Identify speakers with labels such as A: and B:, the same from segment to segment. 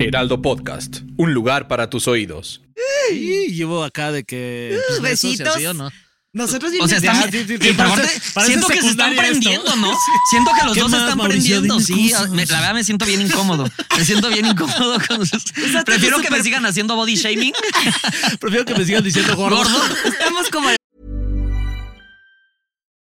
A: Heraldo Podcast, un lugar para tus oídos.
B: Y llevo acá de que. pues,
C: Uh,
B: redes sociales,
C: besitos.
B: ¿sí o no?
C: Nosotros
B: O sea,
C: bien-
B: estamos-
C: Ya,
B: sí, sí,
C: y
B: sí,
C: aparte,
B: parece- parece
C: siento que se están
B: secundaria esto.
C: prendiendo, ¿no?
B: Sí.
C: Siento que los
B: ¿Qué
C: dos se
B: más,
C: están
B: Mauricio?
C: prendiendo.
B: Dime
C: Sí, ah,
B: cosas.
C: me- la verdad me siento bien incómodo. Me siento bien incómodo con sus-
B: Pues
C: Prefiero que me sigan haciendo body shaming.
B: Prefiero que me sigan diciendo gordo.
C: Gordo.
D: Estamos como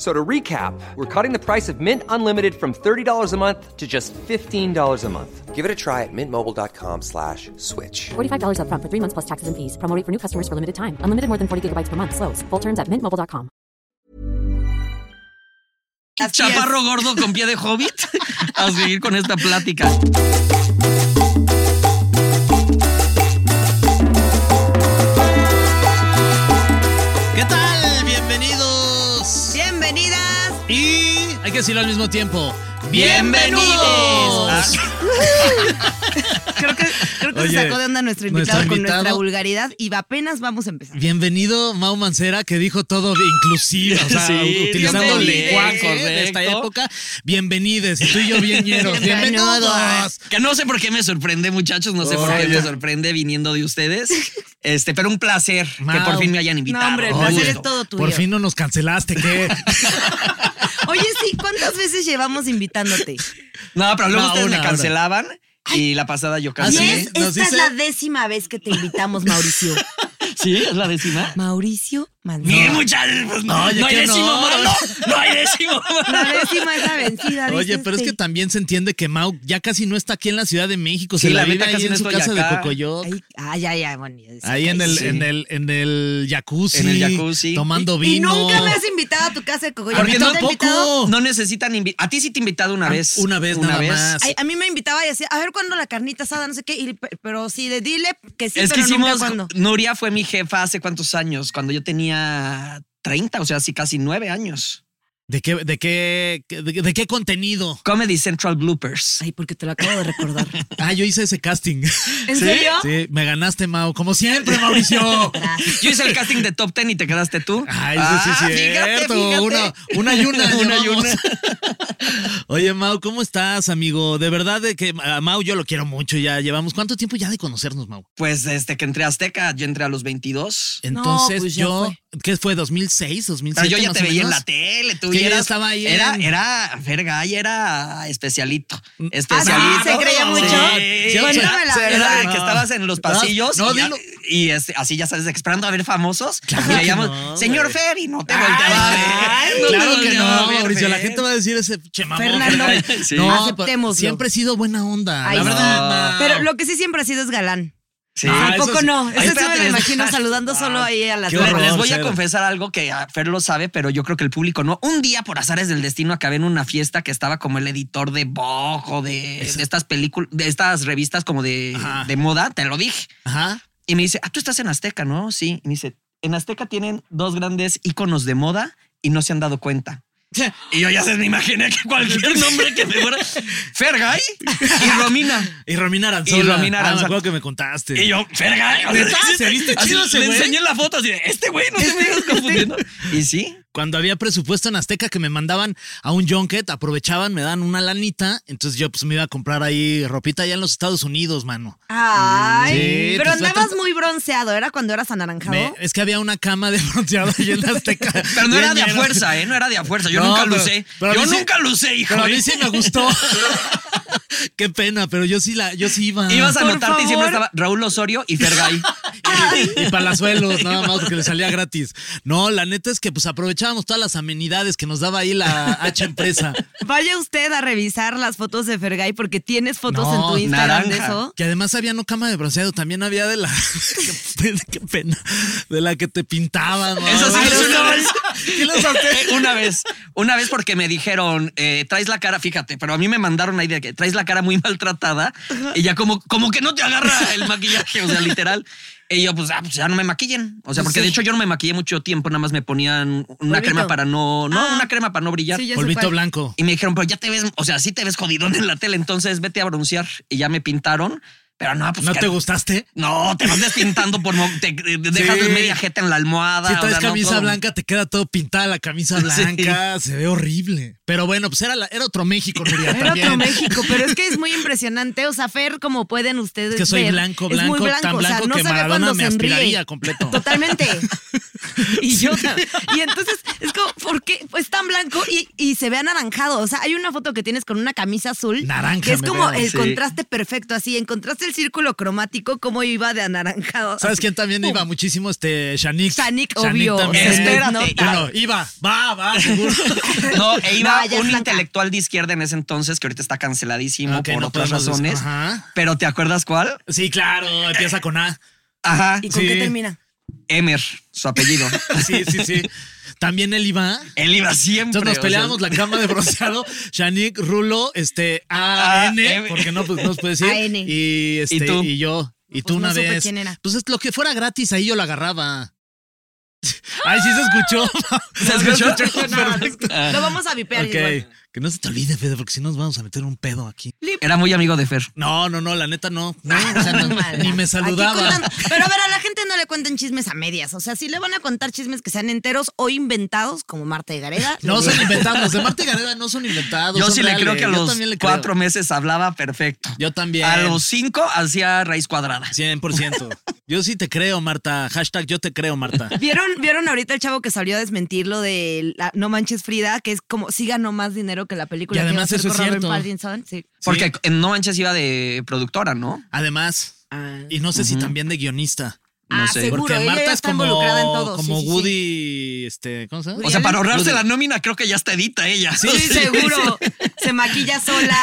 E: So to recap, we're cutting the price of Mint Unlimited from $30 a month to just $15 a month. Give it a try at mintmobile.com slash switch.
F: $45 up front for three months plus taxes and fees. Promoting for new customers for limited time. Unlimited more than 40 gigabytes per month. Slows. Full terms at mintmobile.com.
D: Así es.
C: Chaparro gordo con pie de hobbit. A seguir con esta plática.
B: ¿Qué tal? Bienvenidos.
D: Bienvenidas.
B: Y hay que decirlo al mismo tiempo.
C: Bienvenidos.
B: Ah,
D: Ah. Creo que, creo que
B: Oye,
D: se sacó de onda nuestro invitado
B: nuestro
D: con
B: invitado-
D: nuestra vulgaridad y va- apenas vamos a empezar.
B: Bienvenido Mau Mancera, que dijo todo de inclusive, o sea,
C: Sí,
B: utilizando
D: bienvenides,
B: lenguaje de esta
C: correcto.
B: época. Bienvenides, y tú y yo bienñeros. Bienvenidos.
C: Que no sé por qué me sorprende, muchachos. No sé por qué
B: Oye.
C: me sorprende viniendo de ustedes. Este, pero un placer que
B: Mau.
C: por fin me hayan invitado.
D: No, hombre, el
C: Por
D: placer
C: gusto.
D: es todo tuyo.
B: Por fin no nos cancelaste, ¿qué?
D: Oye, sí, ¿cuántas veces llevamos invitándote?
C: No, pero luego
B: No,
C: ustedes
B: una
C: me
B: hora.
C: cancelaban y la pasada yo
B: ¿Ah, sí?
C: cancelé.
D: Diez,
B: Yes.
D: esta
B: Nos
D: es
B: dice-
D: la décima vez que te invitamos, Mauricio.
C: ¿Sí? ¿Es la décima?
D: Mauricio
C: Miren,
D: Mancera.
C: muchachos, pues no,
B: Oye,
C: no hay
B: qué
C: décimo,
B: honor.
C: mano, no, no hay décimo.
D: La décima es la vencida. dice
B: Oye, pero es
D: este.
B: que también se entiende que Mau ya casi no está aquí en la Ciudad de México, se
C: Sí,
B: la,
C: la
B: vive
C: neta
B: ahí
C: casi
B: en
C: no
B: su
C: estoy
B: casa de
C: acá.
B: Cocoyot.
D: Ahí, ah, ya, ya, bueno. ya sé.
B: Ahí en el,
C: Sí.
B: en el, en el jacuzzi.
C: En el jacuzzi.
B: Tomando
D: Y
B: vino.
D: nunca me has invitado a tu casa de Cocoyo.
B: Porque
D: ¿No te he
B: tampoco.
D: invitado?
C: No necesitan invitar. A ti sí te he invitado una vez.
B: Una vez nada más.
D: Ay, a mí me invitaba y decía, a ver cuándo la carnita asada, no sé qué, y- pe- pero sí, de dile que sí,
C: es que
D: pero nunca
C: hicimos.
D: cuándo.
C: Nuria fue mi jefa hace cuántos años, cuando yo tenía 30, o sea, así casi nueve años.
B: ¿De qué, de qué, de, qué- de qué contenido?
C: Comedy Central Bloopers.
D: Ay, porque te lo acabo de recordar.
B: Ah, yo hice ese casting.
D: ¿En serio?
B: Sí, me ganaste, Mau. Como siempre, Mauricio.
C: Yo hice el casting de Top Ten y te quedaste tú.
B: Ay, sí, sí,
C: Ah,
B: sí. cierto.
C: fíjate.
B: Una, una y una.
C: Una y
B: llevamos.
C: una.
B: Oye, Mau, ¿cómo estás, amigo? De verdad de que a Mau yo lo quiero mucho. Ya llevamos. ¿Cuánto tiempo ya de conocernos, Mau?
C: Pues desde que entré a Azteca, yo entré a los 22.
B: Entonces,
D: pues ya
B: yo.
D: fue.
B: ¿Qué fue? ¿2006? ¿2007?
C: Pero Ah, yo ya
B: más o
C: te veía en
B: menos?
C: la tele, tú
B: Que
C: ya
B: yo ya
C: eras-
B: estaba ahí
C: Era,
B: en- Mm.
C: era, verga, y era especialito.
D: Ah,
C: Especialito.
D: ¿sí? ¿Se creía mucho?
C: Sí.
D: Cuéntame la
C: Era
D: verdad.
C: de que estabas en los
B: No,
C: pasillos
B: no,
C: y, ya-
B: dilo.
C: y, este, así ya sabes, esperando a ver famosos. y
B: que
C: le llamamos,
B: no,
C: señor
B: güey.
C: Fer, y no te volteaba a ver.
B: Ay,
C: te
B: claro que
C: volteaba a
B: no,
C: ver,
B: Mauricio. La
C: Fer.
B: gente va a decir ese che mamón.
D: ¿eh? Fernando,
B: Fer". No,
D: aceptémoslo.
B: pero Siempre he sido buena onda.
D: Ay,
B: la
D: sí.
B: verdad. no.
D: Pero lo que sí siempre ha sido es galán.
C: Sí.
B: Ah, eso
D: Tampoco
B: sí.
D: no.
B: Ay,
D: Eso sí me
C: espérate,
D: lo
C: les-
D: imagino saludando solo ahí a las
B: Ah, Qué
C: Le-
B: horror,
C: Les voy a
B: cero.
C: confesar algo que a Fer lo sabe, pero yo creo que el público no. Un día, por azares del destino, acabé en una fiesta que estaba como el editor de Bojo, de, de estas películas, de estas revistas como de,
B: Ajá.
C: de moda, te lo dije.
B: Ajá.
C: Y me dice, ah, tú estás en Azteca, ¿no? Sí. Y me dice, en Azteca tienen dos grandes íconos de moda y no se han dado cuenta. Y yo ya se me imaginé que cualquier nombre que me fuera. Fergay y Romina.
B: Y Romina Aranzola.
C: Y Romina
B: Ah, me
C: Aranzola.
B: acuerdo que me contaste.
C: Y yo, Fergay. O
B: ¿Neta? ¿Se viste
C: así
B: chido ese
C: Le
B: güey?
C: enseñé la foto así de, este güey no te estás confundiendo. Y sí.
B: Cuando había presupuesto en Azteca que me mandaban a un junket, aprovechaban, me dan una lanita. Entonces yo pues me iba a comprar ahí ropita allá en los Estados Unidos, mano.
D: Ay,
B: Sí,
D: pero
B: pues,
D: andabas
B: vete-
D: muy bronceado. ¿Era cuando eras anaranjado?
B: Me- eh, es que había una cama de bronceado allá en Azteca.
C: Pero no
B: Bien
C: era de a
B: lleno.
C: fuerza, ¿eh? No era de a fuerza. Yo
B: No,
C: nunca
B: pero-
C: lucé.
B: pero a
C: yo
B: mí sí-
C: nunca lucé, hijo.
B: Pero a mí
C: ¿eh?
B: sí me gustó. Qué pena, pero yo sí la, yo sí iba.
C: Ibas a
D: Por
C: anotarte y siempre
D: favor.
C: estaba Raúl Osorio y Fergay.
B: y palazuelos, nada más, porque le salía gratis. No, la neta es que pues aprovechábamos todas las amenidades que nos daba ahí la H empresa.
D: Vaya usted a revisar las fotos de Fergay porque tienes fotos
B: No,
D: en tu Instagram de
C: naranja.
D: eso.
B: Que además había no cama de bronceado, también había de la. qué, pena. De la que te pintaban. ¿no?
C: Eso sí,
B: Ay,
C: lo hice una vez.
B: ¿Qué les hace?
C: Una vez, una vez porque me dijeron, eh, traes la cara, fíjate, pero a mí me mandaron ahí de que traes la cara muy maltratada y ya como, como que no te agarra el maquillaje, o sea, literal. Y yo, pues, ah, pues ya no me maquillen. O sea, porque de hecho yo no me maquillé mucho tiempo, nada más me ponían una
D: Polvito.
C: crema para no, no,
D: Ah.
C: una crema para no brillar.
D: Sí, ya sé
B: Polvito
D: cuál.
B: blanco.
C: Y me dijeron, pero ya te ves, o sea, sí te ves jodidón en la tele, entonces vete a broncear. Y ya me pintaron, pero no, pues.
B: ¿No
C: que-
B: te gustaste?
C: No, te vas despintando por. mo- Te, te dejas
B: Sí.
C: media jeta en la almohada.
B: Si
C: o
B: traes
C: sea, no,
B: camisa
C: todo.
B: blanca, te queda todo pintada la camisa blanca. Se ve horrible. Pero bueno, pues era, la- era otro México, Nuria,
D: Era
B: también.
D: otro México, pero es que es muy impresionante. O sea, Fer, como pueden ustedes
B: Es que soy
D: ver,
B: blanco,
D: es muy
B: blanco, tan
D: o sea,
B: blanco
D: no
B: que
D: sabe
B: Maradona
D: cuándo
B: me
D: se enríe.
B: aspiraría completo.
D: Totalmente. Y yo también. Y entonces es como, ¿por qué? Pues tan blanco y, y se ve anaranjado. O sea, hay una foto que tienes con una camisa azul.
B: Naranja,
D: Que es
B: me
D: como
B: veo,
D: el
C: sí.
D: contraste perfecto, así. Encontraste el círculo cromático, como iba de anaranjado.
B: ¿Sabes quién también iba muchísimo? Este, Shanik.
D: Shanik, obvio.
C: Espérate.
B: Bueno, iba, va, va, seguro.
C: No, e iba
D: No, ya es
C: un
D: blanca.
C: intelectual de izquierda en ese entonces, que ahorita está canceladísimo
B: Ok,
C: por
B: no
C: otras
B: podemos-
C: razones.
B: ajá.
C: Pero ¿te acuerdas cuál?
B: Sí, claro, empieza con A.
C: Ajá.
D: ¿Y con
B: Sí.
D: qué termina?
C: Emer, su apellido.
B: Sí, sí, sí. También él iba.
C: Él iba siempre.
B: Entonces nos
C: o sea,
B: peleábamos la cama de bronceado, Shanik, Rulo, este,
C: Ah,
B: AN,
C: M.
B: porque no, pues, no os puede decir.
D: AN.
B: Y, este,
C: ¿Y tú?
B: y yo. Y tú
D: Pues
B: una
D: no supe
B: vez.
D: quién era.
B: Pues es lo que fuera gratis, ahí yo lo agarraba. Ay, sí se escuchó.
C: ¿Se escuchó?
B: Perfecto.
D: Lo vamos a vipear
B: Ok.
D: igual.
B: Que no se te olvide, Fede, porque si nos vamos a meter un pedo aquí.
C: Era muy amigo de Fer.
B: No, no, no, la neta no. No, o sea, no,
D: Ah, Mala.
B: ni me
D: Aquí
B: saludaba.
D: contando. Pero a ver, a la gente no le cuenten chismes a medias. O sea, si le van a contar chismes que sean enteros o inventados, como Marta y Gareda.
B: No
D: lo
B: son
D: digo.
B: inventados. Los de Marta y Gareda no son inventados.
C: Yo
B: son
C: sí le creo
B: reales.
C: que a
B: Yo
C: los
B: también le creo.
C: cuatro meses hablaba perfecto.
B: Yo también.
C: A los cinco hacía raíz cuadrada.
B: 100%. Yo sí te creo, Marta. Hashtag yo te creo, Marta.
D: ¿Vieron, ¿Vieron ahorita el chavo que salió a desmentir lo de la- No Manches Frida? Que es como si ganó más dinero que la
B: Y
D: película que iba
B: además
D: a hacer
B: eso es
D: con Robert
B: cierto.
D: Pattinson. Sí.
C: Porque en No Manches iba de productora, ¿no?
B: Además,
D: Ah.
B: y no sé si también de guionista.
C: No
D: Ah,
C: sé.
D: seguro.
B: Porque
D: ella ya
B: Marta es
D: está
B: como,
D: involucrada en todo. Sí,
B: como
D: sí, sí.
B: Woody, este, ¿cómo se llama?
C: O sea, para ahorrarse la nómina, creo que ya está edita ella.
D: Sí, seguro. Se maquilla sola.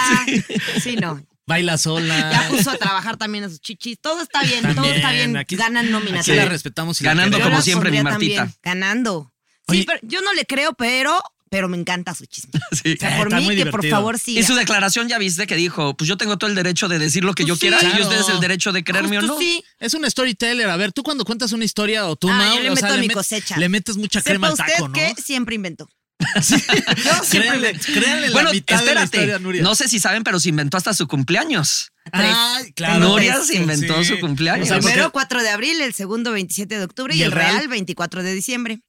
D: Sí, no.
B: Baila sola.
D: Ya puso a trabajar también a sus chichis. Todo está bien, todo está
B: Ah. También,
D: bien.
B: aquí-
D: Ganan nómina.
B: aquí
D: también.
B: la respetamos y la
C: Ganando
D: Yo
C: como
B: queremos.
D: la
C: siempre, mi
D: pondría
C: Martita.
D: también, ganando.
B: Oye.
D: Sí, pero yo no le creo, pero, pero me encanta su chisme.
C: Sí.
D: O sea,
B: Sí,
D: por
B: está
D: mí,
B: muy
D: que por
B: divertido.
D: favor sí.
C: Y su declaración ya viste que dijo, pues yo tengo todo el derecho de decir lo que
D: Pues
C: yo
D: sí.
C: quiera y
B: Claro.
C: ustedes el derecho de creerme o no.
D: sí.
B: Es un storyteller. A ver, tú cuando cuentas una historia o tú,
D: Ah,
B: Mau,
D: yo le
B: o sea,
D: meto mi
B: met-
D: cosecha.
B: le metes mucha crema al
D: Sepa usted
B: taco, ¿no?
D: que siempre inventó.
B: Créanle, créanle
C: Bueno,
B: la mitad de la
C: espérate,
B: historia, Nuria.
C: no sé si saben, pero se inventó hasta su cumpleaños.
B: Ah, claro.
C: Nuria se inventó su cumpleaños.
B: O sea,
D: El
B: porque-
D: primero 4 de abril, el segundo 27 de octubre y, el real, 24 de diciembre.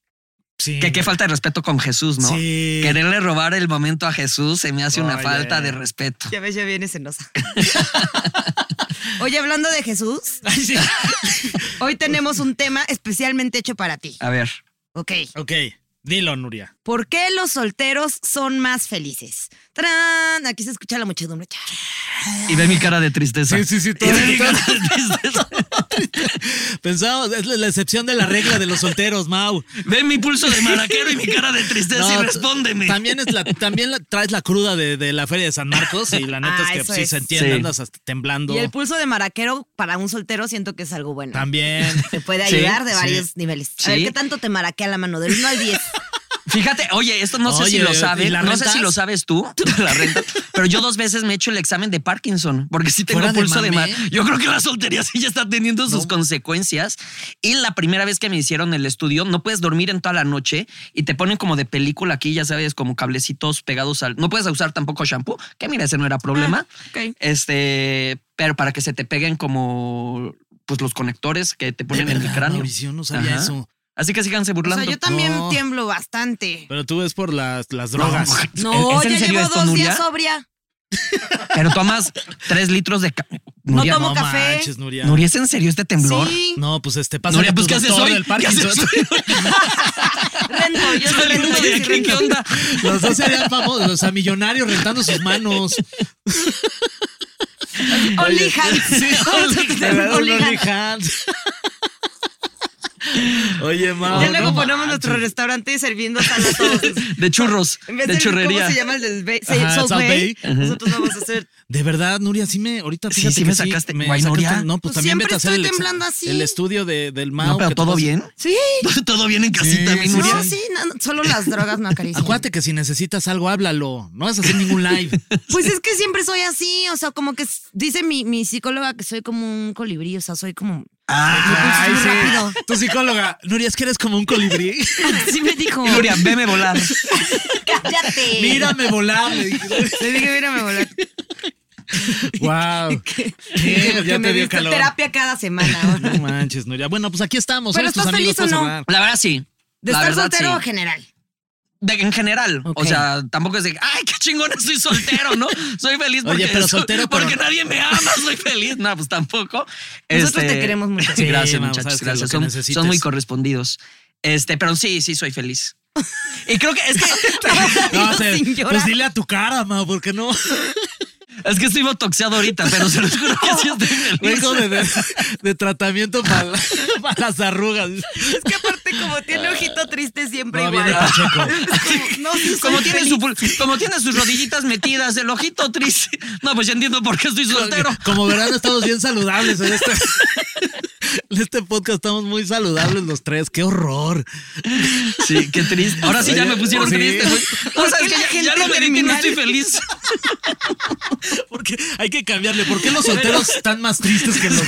B: Sí.
C: Que qué falta de respeto con Jesús, ¿no?
B: Sí.
C: Quererle robar el momento a Jesús se me hace una
B: Oye.
C: falta de respeto.
D: Ya ves, ya viene cenosa. Oye, hablando de Jesús,
B: Ay, sí.
D: hoy tenemos un tema especialmente hecho para ti.
C: A ver,
D: Ok.
B: ok, dilo, Nuria.
D: ¿Por qué los solteros son más felices? ¡Tarán! Aquí se escucha la muchedumbre.
C: y ve mi cara de tristeza.
B: Sí, sí, sí,
C: Y
B: todo-
C: ve mi
B: todo-
C: cara de tristeza.
B: Pensamos, es la la excepción de la regla de los solteros, Mau.
C: Ve mi pulso de maraquero y mi cara de tristeza
B: No,
C: y respóndeme.
B: También, es la, también la- traes la cruda de, de la Feria de San Marcos y la neta
D: Ah,
B: es que
D: eso
B: sí
D: es.
B: se entiende,
C: Sí.
B: andas hasta temblando.
D: Y el pulso de maraquero para un soltero siento que es algo bueno.
B: También.
D: Te puede
C: Sí,
D: ayudar de
B: sí.
D: varios niveles. A
C: Sí.
D: ver, ¿qué tanto te maraquea la mano? Del 1 al 10.
C: Fíjate, oye, esto no sé si
B: Oye,
C: lo
B: ¿y
C: sabes,
B: la
C: no sé si
B: rentas?
C: lo sabes tú, la renta, pero yo dos veces me he hecho el examen de Parkinson, porque sí tengo
B: Fuera de
C: pulso de mar.
B: mame.
C: Yo creo que la soltería sí ya está teniendo sus consecuencias. Y la primera vez que me hicieron el estudio, no puedes dormir en toda la noche y te ponen como de película aquí, ya sabes, como cablecitos pegados al. No puedes usar tampoco shampoo, que mira, ese no era problema.
D: ok.
C: Este, pero para que se te peguen como pues los conectores que te
B: De
C: ponen en el
B: verdad,
C: cráneo.
B: Mauricio, no sabía
C: Ajá.
B: eso.
C: Así que síganse
D: O
C: burlando.
D: sea, yo también
B: No.
D: tiemblo bastante.
B: Pero tú ves por las, las drogas.
D: No,
C: ¿Es en
D: ya
C: serio
D: llevo
C: esto,
D: dos
C: Nuria?
D: días sobria.
C: Pero tomas tres litros de. ca- Nuria,
D: tomo
B: no
D: café.
B: manches, Nuria.
C: Nuria, ¿es en serio este temblor?
D: Sí.
B: No, pues este pasa.
C: Nuria, pues ¿qué haces hoy?
B: Del
C: ¿Qué haces
B: Parkinson.
D: Rento, yo soy
C: Saliendo
D: rento,
C: de
D: yo sí
C: aquí, ¿Qué
D: rento.
C: onda?
B: Los dos serían famosos, o sea, millonarios rentando sus manos.
D: Only hands.
B: Sí,
D: Vamos a tener un
B: only
D: Only hands.
B: hands. Oye, Mau.
D: ya
B: no
D: luego pues ponemos
B: manches.
D: nuestro restaurante sirviendo sal a todos.
C: De churros,
D: En vez
C: de
D: del-
C: churrería.
D: ¿Cómo se llama el del Bay?
B: Ajá,
D: South
B: South
D: Bay.
B: Bay.
D: Nosotros vamos a hacer.
B: De verdad, Nuria, sí me. Ahorita
C: Sí,
B: fíjate
C: sí
B: que
C: me sacaste. Guay,
B: sacaste-
C: Nuria.
B: No, pues
D: Pues
B: también
D: siempre
B: vete a hacer el,
D: estoy
B: exa-
D: temblando así.
B: el estudio de, del Mau.
C: No, pero
B: que
C: todo
B: todos-
C: bien.
D: Sí.
C: Todo bien en casita,
B: Sí,
C: mi
B: sí,
C: Nuria.
D: No, sí, no, no, solo las drogas no acarician.
B: Acuérdate que si necesitas algo, háblalo. No vas a hacer ningún live.
D: Pues es que siempre soy así, o sea, como que s- dice mi, mi psicóloga que soy como un colibrí, o sea, soy como.
C: Ah,
D: Muy rápido.
B: pues, Tu psicóloga, Nuria, es que eres como un colibrí.
D: Sí me dijo.
C: Nuria, veme volar.
D: cállate.
B: Mírame volar. Le dije.
D: Le dije, mírame volar.
B: Wow.
D: Que- que
B: Ya
D: me
B: te dio
D: viste
B: calor.
D: terapia cada semana. ¿no?
B: No manches, Nuria. Bueno, pues aquí estamos.
D: Pero
B: somos tus
D: ¿estás
B: amigos para
D: feliz o no?
B: cerrar.
C: La verdad, sí.
D: De
C: La
D: estar
C: verdad,
D: soltero
C: sí.
D: o general.
C: De- en general.
D: Ok.
C: O sea, tampoco es de, ay, qué chingón estoy soltero, ¿no? Soy feliz
B: Oye,
C: porque,
B: pero soltero, pero-
C: porque nadie me ama, soy feliz. No, pues tampoco. Este,
D: Nosotros te queremos mucho.
C: Sí,
B: Sí,
C: gracias,
B: vamos,
C: muchachos.
B: sabes que
C: Gracias.
B: lo que
C: Son,
B: necesites.
C: son muy correspondidos. Este, pero sí, sí, soy feliz. Y creo que es que,
B: No,
D: Amigos
B: te-
D: sin llorar.
B: pues dile a tu cara, Mau, porque no.
C: es que estoy botoxeado ahorita, pero se los juro que sí estoy feliz.
B: Vengo de, de- de tratamiento para, para las arrugas.
D: Es que aparte, como tiene ojito triste siempre
B: No,
D: igual.
B: viene Pacheco.
D: Es como, no, sí, soy
C: Como tiene,
D: feliz.
C: su pul- como tiene sus rodillitas metidas, el ojito triste. No, pues ya entiendo por qué estoy soltero.
B: Como verán, estamos bien saludables en este, en este podcast. Estamos muy saludables los tres. ¡Qué horror!
C: Sí, qué triste. Ahora sí ya
B: Oye,
C: me pusieron
B: sí.
C: triste. güey.
D: ¿Por
C: No,
D: qué
C: sabes que
D: la
C: ya, ya
D: gente
C: lo medité, no
D: terminal?
C: estoy feliz.
B: Porque hay que cambiarle. ¿Por qué los solteros están más tristes que los,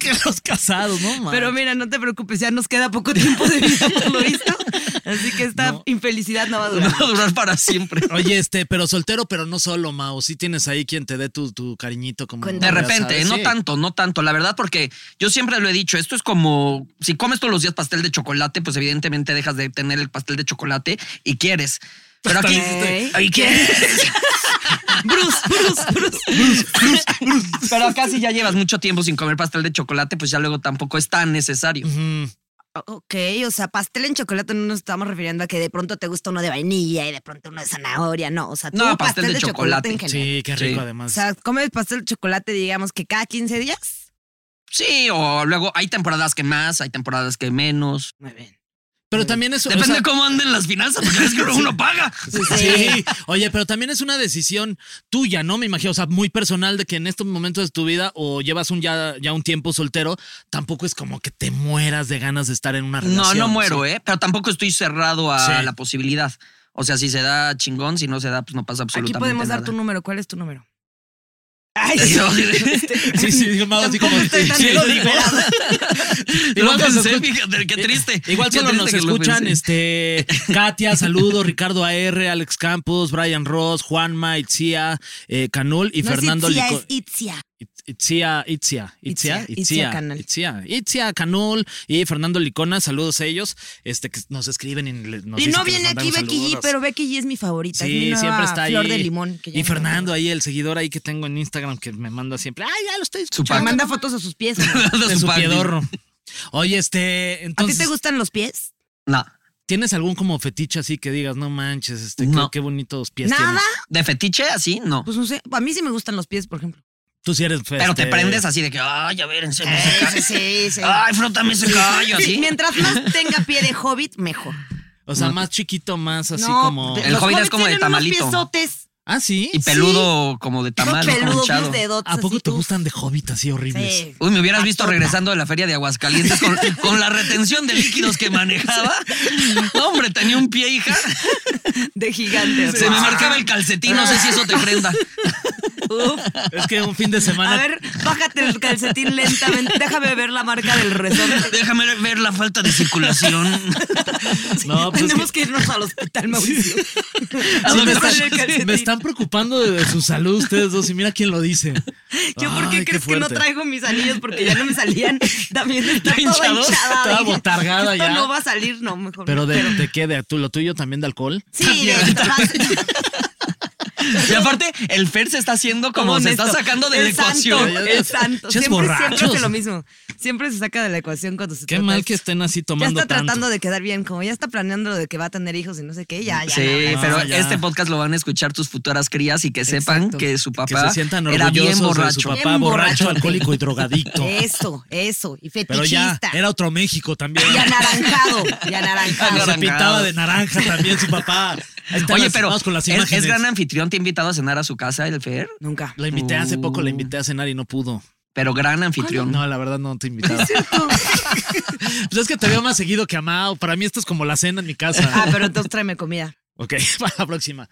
B: que los casados? No, man?
D: Pero mira, no te preocupes, ya nos queda poco tiempo de vida por lo visto. Así que esta
B: No.
D: infelicidad no va a
C: No
D: durar.
C: va a durar para siempre.
B: Oye, este, pero soltero, pero no solo, Mao. Sí tienes ahí quien te dé tu, tu cariñito como.
D: Con-
C: De
B: ya
C: repente,
B: sabes,
C: no
B: sí.
C: tanto, no tanto. La verdad, porque yo siempre lo he dicho, esto es como si comes todos los días pastel de chocolate, pues evidentemente dejas de tener el pastel de chocolate y quieres. Pero aquí.
D: Ok.
C: ¿Y quieres?
D: Bruce, Bruce, Bruce.
C: Pero acá si ya llevas mucho tiempo sin comer pastel de chocolate, pues ya luego tampoco es tan necesario.
B: Mm,
D: Ok, o sea, pastel en chocolate no nos estamos refiriendo a que de pronto te gusta uno de vainilla y de pronto uno de zanahoria, no. O sea, tú
C: No,
D: pastel,
C: pastel
D: de,
C: de
D: chocolate,
C: chocolate,
D: en general.
B: sí, qué rico
C: Sí.
D: O
B: además.
D: sea, comes pastel de chocolate, digamos que cada 15 días.
C: Sí, o luego hay temporadas que más, hay temporadas que menos.
D: Muy bien.
B: pero también es. o
C: Depende
B: sea,
C: de cómo anden las finanzas, porque es que uno paga.
B: Sí. Oye, pero también es una decisión tuya, ¿no? Me imagino, o sea, muy personal de que en estos momentos de tu vida o llevas un ya, ya un tiempo soltero, tampoco es como que te mueras de ganas de estar en una
C: No,
B: relación.
C: no muero,
B: ¿sí?
C: ¿eh? Pero tampoco estoy cerrado a
B: Sí.
C: la posibilidad. O sea, si se da chingón, si no se da, pues no pasa
D: Aquí
C: absolutamente
D: podemos dar
C: nada.
D: tu número. ¿Cuál es tu número? Ay, Este,
C: Yo-
B: Sí, sí, digo, Mau, así
D: Tampoco
B: como-
D: estoy tan
B: sí,
D: desesperada.
B: digo,
C: Lo
B: Igual cuando
C: pensé,
B: escuch-
C: fíjate, qué triste.
B: eh, Igual
C: Qué
B: solo
C: triste
B: nos
C: que lo
B: escuchan
C: pensé.
B: este Katia, saludos, Ricardo AR, Alex Campos, Brian Ross, Juanma, Itzia, eh, Canul y
D: No es
B: Fernando
D: Itzia,
B: Lico-
D: es Itzia.
B: It- Itzia, Itzia, Itzia,
D: Itzia, Itzia Canal.
B: Itzia, Itzia Canul y Fernando Licona, saludos a ellos, este que nos escriben y le- nos
D: Y
B: dicen
D: no
B: que les
D: viene aquí
B: mandamos
D: Becky G,
B: saludos.
D: pero Becky G es mi favorita. es mi
B: Sí,
D: nueva
B: siempre está ahí.
D: Flor de limón. que ya
B: y
D: no-
B: Fernando ahí, el seguidor ahí que tengo en Instagram que me manda siempre, ay, ya lo estoy
C: Su
D: Me
B: escuchando.
C: pack.
D: manda fotos a sus pies. ¿no?
C: Manda
B: de
C: su
B: su
C: pack.
B: piedorro. Oye, este,
D: ¿A ti
B: entonces
D: te gustan los pies?
C: No,
B: ¿Tienes algún como fetiche así que digas, no manches, este,
C: No.
B: qué, qué bonitos pies
D: Nada.
B: tienes?
C: de fetiche así, no.
D: Pues no sé. A mí sí me gustan los pies, por ejemplo.
B: Tú sí eres
C: Pero te
B: este,
C: prendes así de que, ay, a ver, enséñame ese
D: Sí,
C: callo.
D: sí, sí.
C: Ay, frótame ese callo,
D: Sí,
C: así.
D: Mientras más tenga pie de hobbit, mejor.
B: O sea, más chiquito, más así
D: No,
B: como.
D: de-
C: El
D: los
C: hobbit es como de
D: hobbits tienen unos
C: tamalito.
D: piezotes.
B: Ah, sí.
C: Y peludo como de tamal,
D: Unos
C: como
D: peludos,
C: hinchado.
D: unos dedotes
B: ¿A poco
D: así,
B: te
D: uf.
B: gustan de hobbit así horribles?
D: Sí.
C: Uy, me hubieras visto
D: Patota.
C: regresando de la feria de Aguascalientes con, con la retención de líquidos que manejaba. No, hombre, tenía un pie, hija.
D: De gigante.
C: Se
B: Ah.
C: me marcaba el calcetín, no sé si eso te prenda.
D: Uf.
B: Es que un fin de semana.
D: A ver, bájate el calcetín lentamente. Déjame ver la marca del resorte.
C: Déjame ver la falta de circulación.
B: no, pues es
D: Tenemos
B: que-
D: que... irnos al hospital, Mauricio.
B: Sí, me,
D: Con el
B: están,
D: calcetín.
B: me están preocupando de, de su salud ustedes dos. Y mira quién lo dice.
D: Yo, ¿por qué
B: Ay,
D: crees que no
B: fuerte.
D: traigo mis anillos? Porque ya no me salían. También está
B: ¿Está
D: toda
B: hinchado?
D: hinchada.
B: Toda
D: dije,
B: botargada
D: esto
B: ya.
D: no va a salir, no, mejor.
B: Pero
D: no.
B: de, de qué, de tú, lo tuyo también de alcohol.
D: Sí, de-
C: Y aparte, el Fer se está haciendo como se está
D: honesto.
C: sacando de la
D: El santo,
C: ecuación.
D: el santo.
B: Chos
D: Siempre, siempre
B: borrachos.
D: hace lo mismo. Siempre se saca de la ecuación cuando se
B: Qué
D: trata
B: mal
D: de-
B: que estén así
D: Ya
B: tomando
D: está
B: tanto.
D: tratando de quedar bien, como ya está planeando lo de que va a tener hijos y no sé qué. Ya, ya.
C: Sí,
D: nada.
C: pero
B: ya.
C: este podcast lo van a escuchar tus futuras crías y que sepan
D: Exacto.
C: que su
B: que
C: papá
B: se sientan
C: era bien
B: orgullosos de su
C: borracho.
B: papá,
D: Bien
B: borracho,
D: borracho.
B: alcohólico y drogadicto.
D: Eso, eso. Y
B: Pero ya
D: fetichista.
B: era otro México también.
D: Y anaranjado. Y
B: Que
D: anaranjado.
B: se pintaba de naranja también su papá. Ahí están
C: Oye,
B: las-
C: pero
B: vamos con las
C: es- es,
B: imágenes.
C: gran anfitrión, te ha invitado a cenar a su casa el Fer,
D: Nunca.
B: La invité hace poco, la invité a cenar y no pudo.
C: pero gran anfitrión.
B: No, la verdad no te invitaba. Pues es que te veo más seguido que amado. Para mí esto es como la cena en mi casa.
D: Ah, pero entonces tráeme comida.
B: Ok, para la próxima.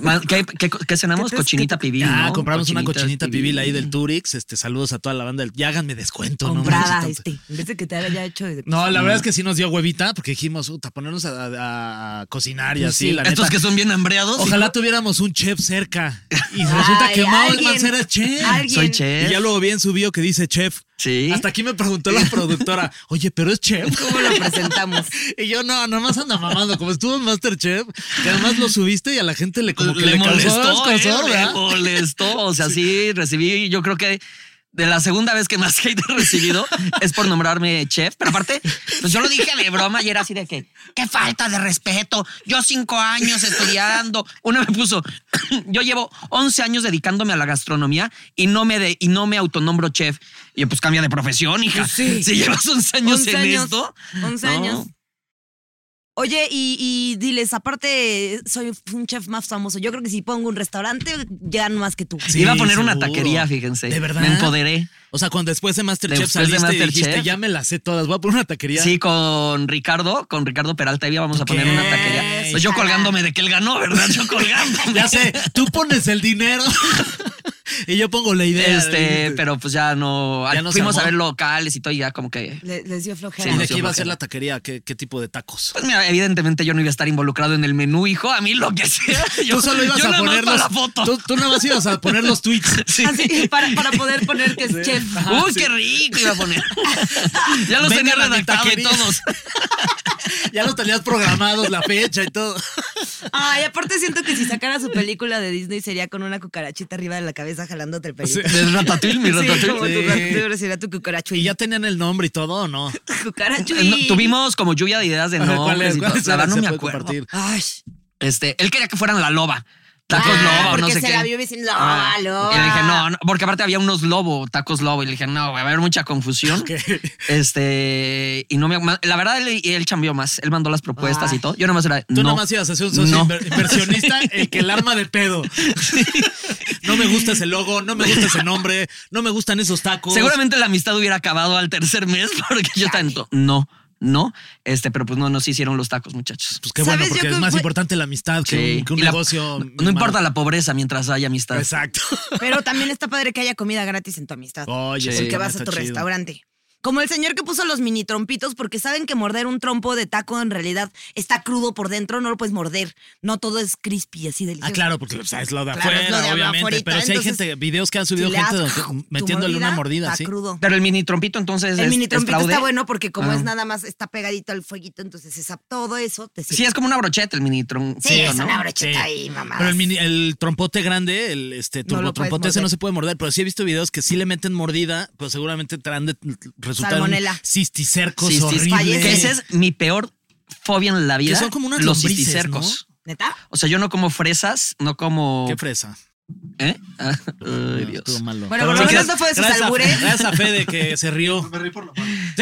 C: Ma- ¿Qué, qué- qué cenamos?
D: ¿Qué te-
C: Cochinita pibil,
B: Ah,
C: ¿no?
B: compramos una cochinita pibil ahí del
C: pibil.
B: Turix. Este, saludos a toda la banda del. Ya háganme descuento, no
D: Comprada,
B: manches, tanto.
D: este. Mm. En vez de que te haya hecho. de-
B: No, la verdad es que sí nos dio huevita porque dijimos, puta, ponernos a, a- a cocinar y
D: Pues
B: así,
D: sí.
B: la
C: Estos
B: neta.
C: que son bien hambreados.
B: Ojalá tuviéramos un chef cerca. Y resulta
D: Ay,
B: que Mao
D: alguien,
B: Mancera es chef.
D: alguien.
C: Soy chef.
B: Y ya luego vi en su bio que dice chef.
C: Sí.
B: Hasta aquí me preguntó la productora, oye, pero es chef.
D: ¿Cómo lo presentamos?
B: Y yo, no, nomás anda mamando, como estuvo en Masterchef, que además lo subiste y a la gente le como que le,
C: le
B: causó
C: molestó,
B: escozor,
C: eh, le
B: ¿verdad?
C: molestó. O sea, sí, recibí, yo creo que de la segunda vez que más hate he recibido es por nombrarme chef. Pero aparte, pues yo lo dije de broma y era así de que, qué falta de respeto. Yo cinco años estudiando. Una me puso, yo llevo 11 años dedicándome a la gastronomía y no me, de, y no me autonombro chef. Y yo, pues cambia de profesión, hija.
D: Sí.
C: Si llevas 11 años
D: 11
C: en
D: años.
C: esto.
D: 11
C: No.
D: años. Oye, y, y diles, aparte, soy un chef más famoso. Yo creo que si pongo un restaurante, llegan más que tú.
B: Sí,
C: Iba a poner una
B: seguro.
C: taquería, fíjense.
B: De verdad.
C: Me empoderé.
B: O sea, cuando después de Masterchef
C: Después de
B: saliste y dijiste,
C: Masterchef.
B: ya me las sé todas, voy a poner una taquería.
C: Sí, con Ricardo, con Ricardo Peralta Evia vamos a poner
B: ¿Qué?
C: una taquería. Pues yo colgándome de que él ganó, ¿verdad? Yo colgándome.
B: Ya sé, tú pones el dinero y yo pongo la idea.
C: Este,
B: de-
C: pero pues ya no.
B: Ya no se
C: fuimos a
B: armó.
C: ver locales y todo, y ya como que.
D: Le- les dio flojera.
B: ¿Y
C: Sí,
B: de
C: no,
B: qué iba a
C: sí,
B: ser
C: no.
B: la taquería? ¿Qué, qué tipo de tacos?
C: Pues mira, evidentemente yo no iba a estar involucrado en el menú, hijo. A mí lo que sea. Yo
B: tú solo ibas a
C: yo nada más
B: poner
C: para
B: los,
C: la foto.
B: Tú, tú nada más ibas a poner los tweets.
D: Así, para, para poder poner que es chef.
B: Ajá,
C: Uy,
B: sí.
C: qué rico iba a poner. ya
B: Vengan
C: los tenía
B: a mi
C: redactados
B: taquería.
C: todos.
B: Ya los tenías programados, la fecha y todo.
D: Ay, aparte siento que si sacara su película de Disney sería con una cucarachita arriba de la cabeza jalándote el pelito. Sí.
C: De Ratatouille, mi
D: como
C: Ratatouille.
D: tu
B: Sí.
D: ratatouille sería tu cucarachuy.
B: ¿Y ya tenían el nombre y todo o no?
D: Cucarachuy.
C: Eh, No, tuvimos como lluvia de ideas de
B: A ver,
C: no.
B: ¿cuál es? ¿Cuál es?
C: La verdad no
B: Se
C: me
B: puede
C: acuerdo.
B: compartir.
D: Ay.
C: Este, él quería que fueran la loba. Tacos
D: Ah,
C: loba o no
D: porque
C: sé
D: se
C: qué.
D: la vio diciendo,
C: Ah,
D: "Loba, loba".
C: Y le dije, no, no, porque aparte había unos lobo, tacos lobo. Y le dije, no, va a haber mucha confusión. Este, y no me. La verdad, él, él chambeó más. Él mandó las propuestas
D: Ay.
C: y todo. Yo nomás era.
B: Tú
C: no,
B: nada más ibas a ser un socio
C: no.
B: inver- inversionista el que el arma de pedo. No me gusta ese logo, no me gusta ese nombre, no me gustan esos tacos.
C: Seguramente la amistad hubiera acabado al tercer mes porque yo tanto. No, no. Este, pero pues no, no se hicieron los tacos, muchachos.
B: Pues qué bueno,
D: ¿Sabes? Yo
B: porque es
D: creo
B: más
D: que-
B: importante la amistad que
C: Sí.
B: un, que un
C: Y la-
B: negocio.
C: No, no importa la pobreza mientras haya amistad.
B: Exacto.
D: Pero también está padre que haya comida gratis en tu amistad.
B: Oye,
C: Sí.
B: sí,
D: porque vas a
B: está
D: tu
B: chido.
D: restaurante. Como el señor que puso los mini trompitos, porque saben que morder un trompo de taco en realidad está crudo por dentro, no lo puedes morder. No todo es crispy, así delicioso.
B: Ah, claro, porque o sea, es lo de
D: Claro,
B: afuera,
D: es lo de
B: obviamente.
D: afuera,
B: pero si hay
D: entonces,
B: gente, videos que han subido
D: Si le
B: gente
D: das
B: donde-
D: tu
B: metiéndole una mordida,
D: está
B: sí.
D: crudo.
C: Pero el mini trompito entonces
D: El
C: es,
D: mini
C: es
D: trompito está
C: fraude.
D: bueno porque como
C: Ah.
D: es nada más, está pegadito al fueguito, entonces esa, todo eso te sirve.
C: Sí, es como una brocheta el mini trompito.
D: Sí, es
C: ¿no?
D: una brocheta
B: Sí.
D: ahí, mamá.
B: Pero el, mini- el trompote grande, el este
D: No lo puedes
B: turbotrompote, ese
D: morder.
B: no se puede morder. Pero sí he visto videos que sí le meten mordida, pero seguramente te han de resultar
D: Salmonela.
B: cisticercos
C: Cistis-
B: horribles.
C: Que esa es mi peor fobia en la vida.
B: Que son como unas
C: los
B: lombrices,
C: cisticercos.
D: ¿Neta?
C: O sea, yo no como fresas, no como.
B: Qué fresa.
C: ¿Eh? Ah, ay, Dios.
B: Estuvo malo.
D: Bueno, por lo menos no fue de sus
B: gracias, a-
D: albures.
B: gracias a Fede que se rió. Me reí por lo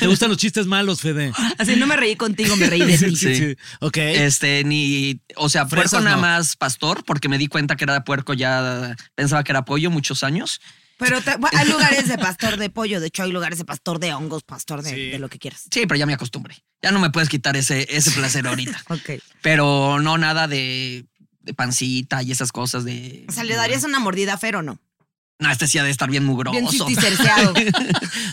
B: Te gustan los chistes malos, Fede.
D: Así no me reí contigo, me reí de ti.
C: Sí.
B: Ok.
C: Este, ni. O sea,
B: Fresas
C: puerco nada
B: no.
C: más pastor, porque me di cuenta que era puerco ya. Pensaba que era pollo muchos años.
D: Pero te- bueno, hay lugares de pastor de pollo, de hecho hay lugares de pastor de hongos, pastor de,
B: Sí.
D: de lo que quieras.
C: Sí, pero ya me acostumbré. Ya no me puedes quitar ese, ese placer ahorita.
D: Ok.
C: Pero no nada de, de pancita y esas cosas de.
D: O sea, ¿le darías una mordida a Fer o no?
C: No, este sí ha de estar bien mugroso.
D: Bien cisticerceado.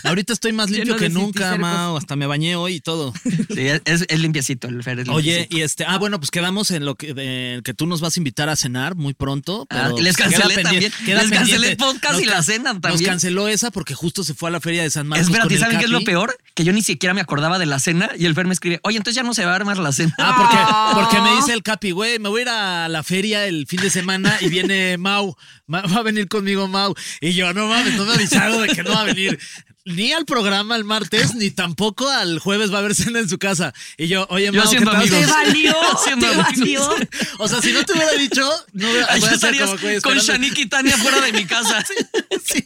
B: Ahorita estoy más
D: Lleno
B: limpio
D: de
B: que nunca,
D: cisticercos.
B: Mao. Hasta me bañé hoy y todo.
C: Sí, es, es limpiecito el Fer. es
B: Oye,
C: limpiecito.
B: y este, ah, bueno, pues quedamos en lo que, de- que tú nos vas a invitar a cenar muy pronto.
C: Ah,
B: Pero
C: y les
B: queda
C: cancelé
B: pendiente-
C: también.
B: queda
C: Les cancelé el
B: pendiente.
C: podcast y
B: Nos
C: la
B: can-
C: cena
B: Nos
C: también.
B: canceló esa porque justo se fue a la feria de San Marcos. con
C: Espérate,
B: el
C: ¿saben qué es lo
B: Capi.
C: peor? Que yo ni siquiera me acordaba de la cena y el Fer me escribe, oye, entonces ya no se va a armar la cena.
B: Ah, porque,
D: Ah.
B: porque me dice el Capi, güey, me voy a ir a la feria el fin de semana y viene Mau. Ma- Va a venir conmigo Mau. Y yo, no mames, no me avisaron de que no va a venir. Ni al programa el martes, ni tampoco al jueves va a haber cena en su casa. Y yo, oye,
C: Yo
B: Mau, ¿qué
C: siendo
B: tal?
C: amigos.
D: Te valió,
C: Haciendo
D: te
C: amigos.
D: valió.
B: O sea, si no te hubiera dicho, no hubiera
C: Ahí
B: voy a ser
C: estarías
B: como, güey,
C: con
B: esperando-
C: Shanik y Tania fuera de mi casa.
B: Sí.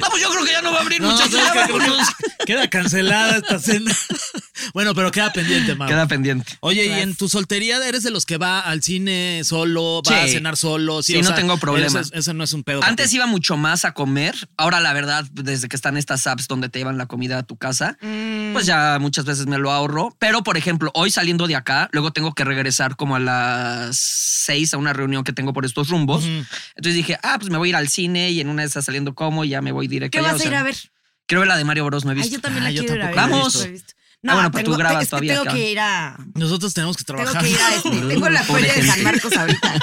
C: No, pues yo creo que ya no va a abrir
B: No,
C: muchas
B: ¿sabes qué? Creo que Queda cancelada esta cena. Bueno, pero queda pendiente, Mau.
C: Queda pendiente.
B: Oye, ¿y en tu soltería eres de los que va al cine solo, va a
C: Sí.
B: cenar solo?
C: Sí,
B: o
C: no
B: sea,
C: tengo problema.
B: Eso, eso no es un pedo. para
C: Antes
B: ti.
C: iba mucho más a comer. Ahora, la verdad, desde que están estas apps donde te llevan la comida a tu casa,
D: Mm.
C: pues ya muchas veces me lo ahorro. Pero, por ejemplo, hoy saliendo de acá, luego tengo que regresar como a las seis a una reunión que tengo por estos rumbos. Entonces dije, ah, pues me voy a ir al cine y en una de esas saliendo como y ya me voy directo.
D: ¿Qué
C: allá,
D: vas
C: o
D: a ir
C: sea,
D: a ver?
C: Quiero ver la de Mario Bros. No he
D: Ay,
C: visto.
D: yo también
B: Ah,
D: la
B: yo
D: quiero ir a ver.
B: tampoco la he
D: no la he visto. No,
C: Ah, bueno, pero tú
D: tengo-
C: grabas
D: es que
C: todavía,
D: tengo
C: cabrón.
D: que ir a...
B: Nosotros tenemos que
D: Tengo
B: trabajar.
D: que ir a este. Tengo la
C: Pobre
D: feria de San
C: gente.
D: Marcos ahorita.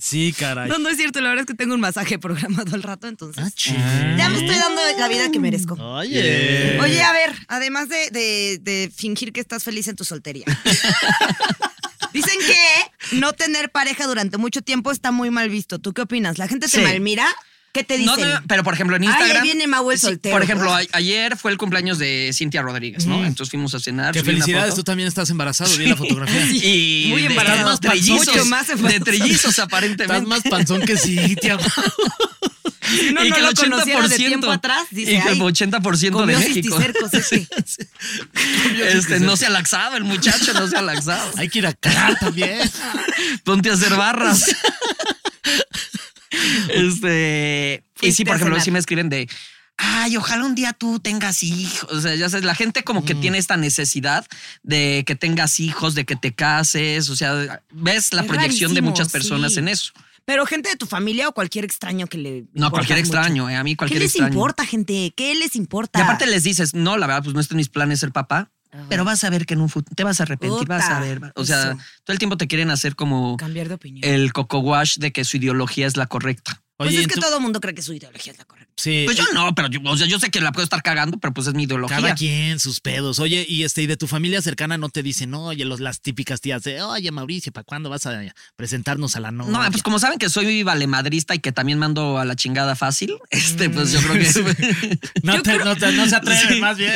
B: Sí, caray.
D: No, no es cierto. La verdad es que tengo un masaje programado al rato, entonces.
B: Ah, ching.
D: Ya me estoy dando la vida que merezco.
B: Oye.
D: Oye, a ver, además de, de- de fingir que estás feliz en tu soltería. Dicen que no tener pareja durante mucho tiempo está muy mal visto. ¿Tú qué opinas? ¿La gente te
C: Sí.
D: malmira? ¿Qué te
C: No,
D: dicen?
C: no, pero por ejemplo en
D: Ay, ahí
C: Instagram.
D: viene Mau el
C: sí,
D: soltero.
C: Por ejemplo, a- ayer fue el cumpleaños de Cintia Rodríguez, ¿no? Entonces fuimos a cenar.
B: Que
C: subí una
B: felicidades, tú
C: foto.
B: también estás embarazado. Vi la fotografía.
C: Y
D: Muy
C: de-
D: embarazada.
C: estás más
D: Mucho
C: trillizos,
D: más
C: de
D: embarazada.
C: trillizos
B: Estás
C: aparentemente.
B: más panzón que sí, tía.
D: Si no,
C: y
D: no
C: que el
D: lo conociera
C: 80%,
D: de tiempo atrás, dice,
C: y que el
D: ay,
C: 80% de
D: comió
C: México.
D: cisticercos este.
C: Este, no se ha laxado, el muchacho no se ha laxado.
B: Hay que ir a cagar también.
C: Ponte a hacer barras. este. Y sí,
D: Fuiste
C: por
D: a
C: ejemplo,
D: cenar.
C: sí me escriben de. Ay, ojalá un día tú tengas hijos. O sea, ya sabes, la gente como
D: Mm.
C: que tiene esta necesidad de que tengas hijos, de que te cases. O sea, ves la
D: Es
C: proyección de
D: rarísimo,
C: muchas personas
D: sí.
C: en eso.
D: Pero gente de tu familia o cualquier extraño que le.
C: No,
D: importas
C: cualquier
D: mucho.
C: extraño, eh, a mí
D: ¿Qué
C: cualquier
D: les
C: extraño.
D: importa, gente? ¿Qué les importa?
C: Y aparte les dices, no, la verdad, pues no está en mis planes ser papá, pero vas a ver que en un futuro te vas a arrepentir, vas
D: Ah, Puta,
C: a ver. va- O sea,
D: eso.
C: todo el tiempo te quieren hacer como
D: Cambiar de opinión.
C: el coco wash de que su ideología es la correcta.
B: Oye,
D: pues es
B: en
D: que
B: tu-
D: todo mundo cree que su ideología es la correcta.
B: Sí.
C: Pues yo no, pero yo, o sea, yo sé que la puedo estar cagando, pero pues es mi ideología.
B: eh, Cada quien sus pedos. Oye, y este, y de tu familia cercana no te dicen, oye, los, las típicas tías de, oye, Mauricio, ¿para cuándo vas a presentarnos a la novia?
C: No, pues como saben que soy valemadrista y que también mando a la chingada fácil, este, pues yo creo
B: Mm.
C: que.
B: No, te, no, te- no se atreven,
C: Sí.
B: más bien.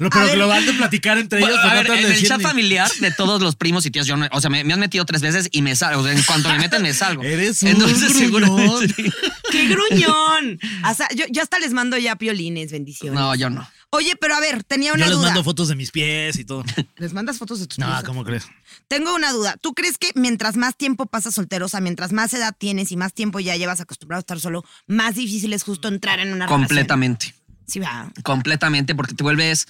B: Lo, pero
D: ver.
B: lo van de platicar entre ellos.
C: Bueno, a
B: pero no
C: ver,
B: te han de
C: en el
B: decir
C: chat
B: ni-
C: familiar de todos los primos y tíos, yo no, o sea, me, me han metido tres veces y me salgo. O sea, en cuanto me meten, me salgo.
B: Eres un
C: seguramente-
B: gruñón.
D: ¡Qué gruñón! Hasta- yo, yo hasta les mando ya piolines, bendiciones.
C: No, yo no.
D: Oye, pero a ver, tenía
B: Yo
D: una
B: les
D: duda.
B: mando fotos de mis pies y todo.
D: ¿Les mandas fotos de tus
B: No,
D: pies?
B: ¿cómo crees?
D: Tengo una duda. ¿Tú crees que mientras más tiempo pasas soltero, o sea, mientras más edad tienes y más tiempo ya llevas acostumbrado a estar solo, más difícil es justo entrar en una
C: Completamente.
D: relación? Sí, va.
C: completamente porque te vuelves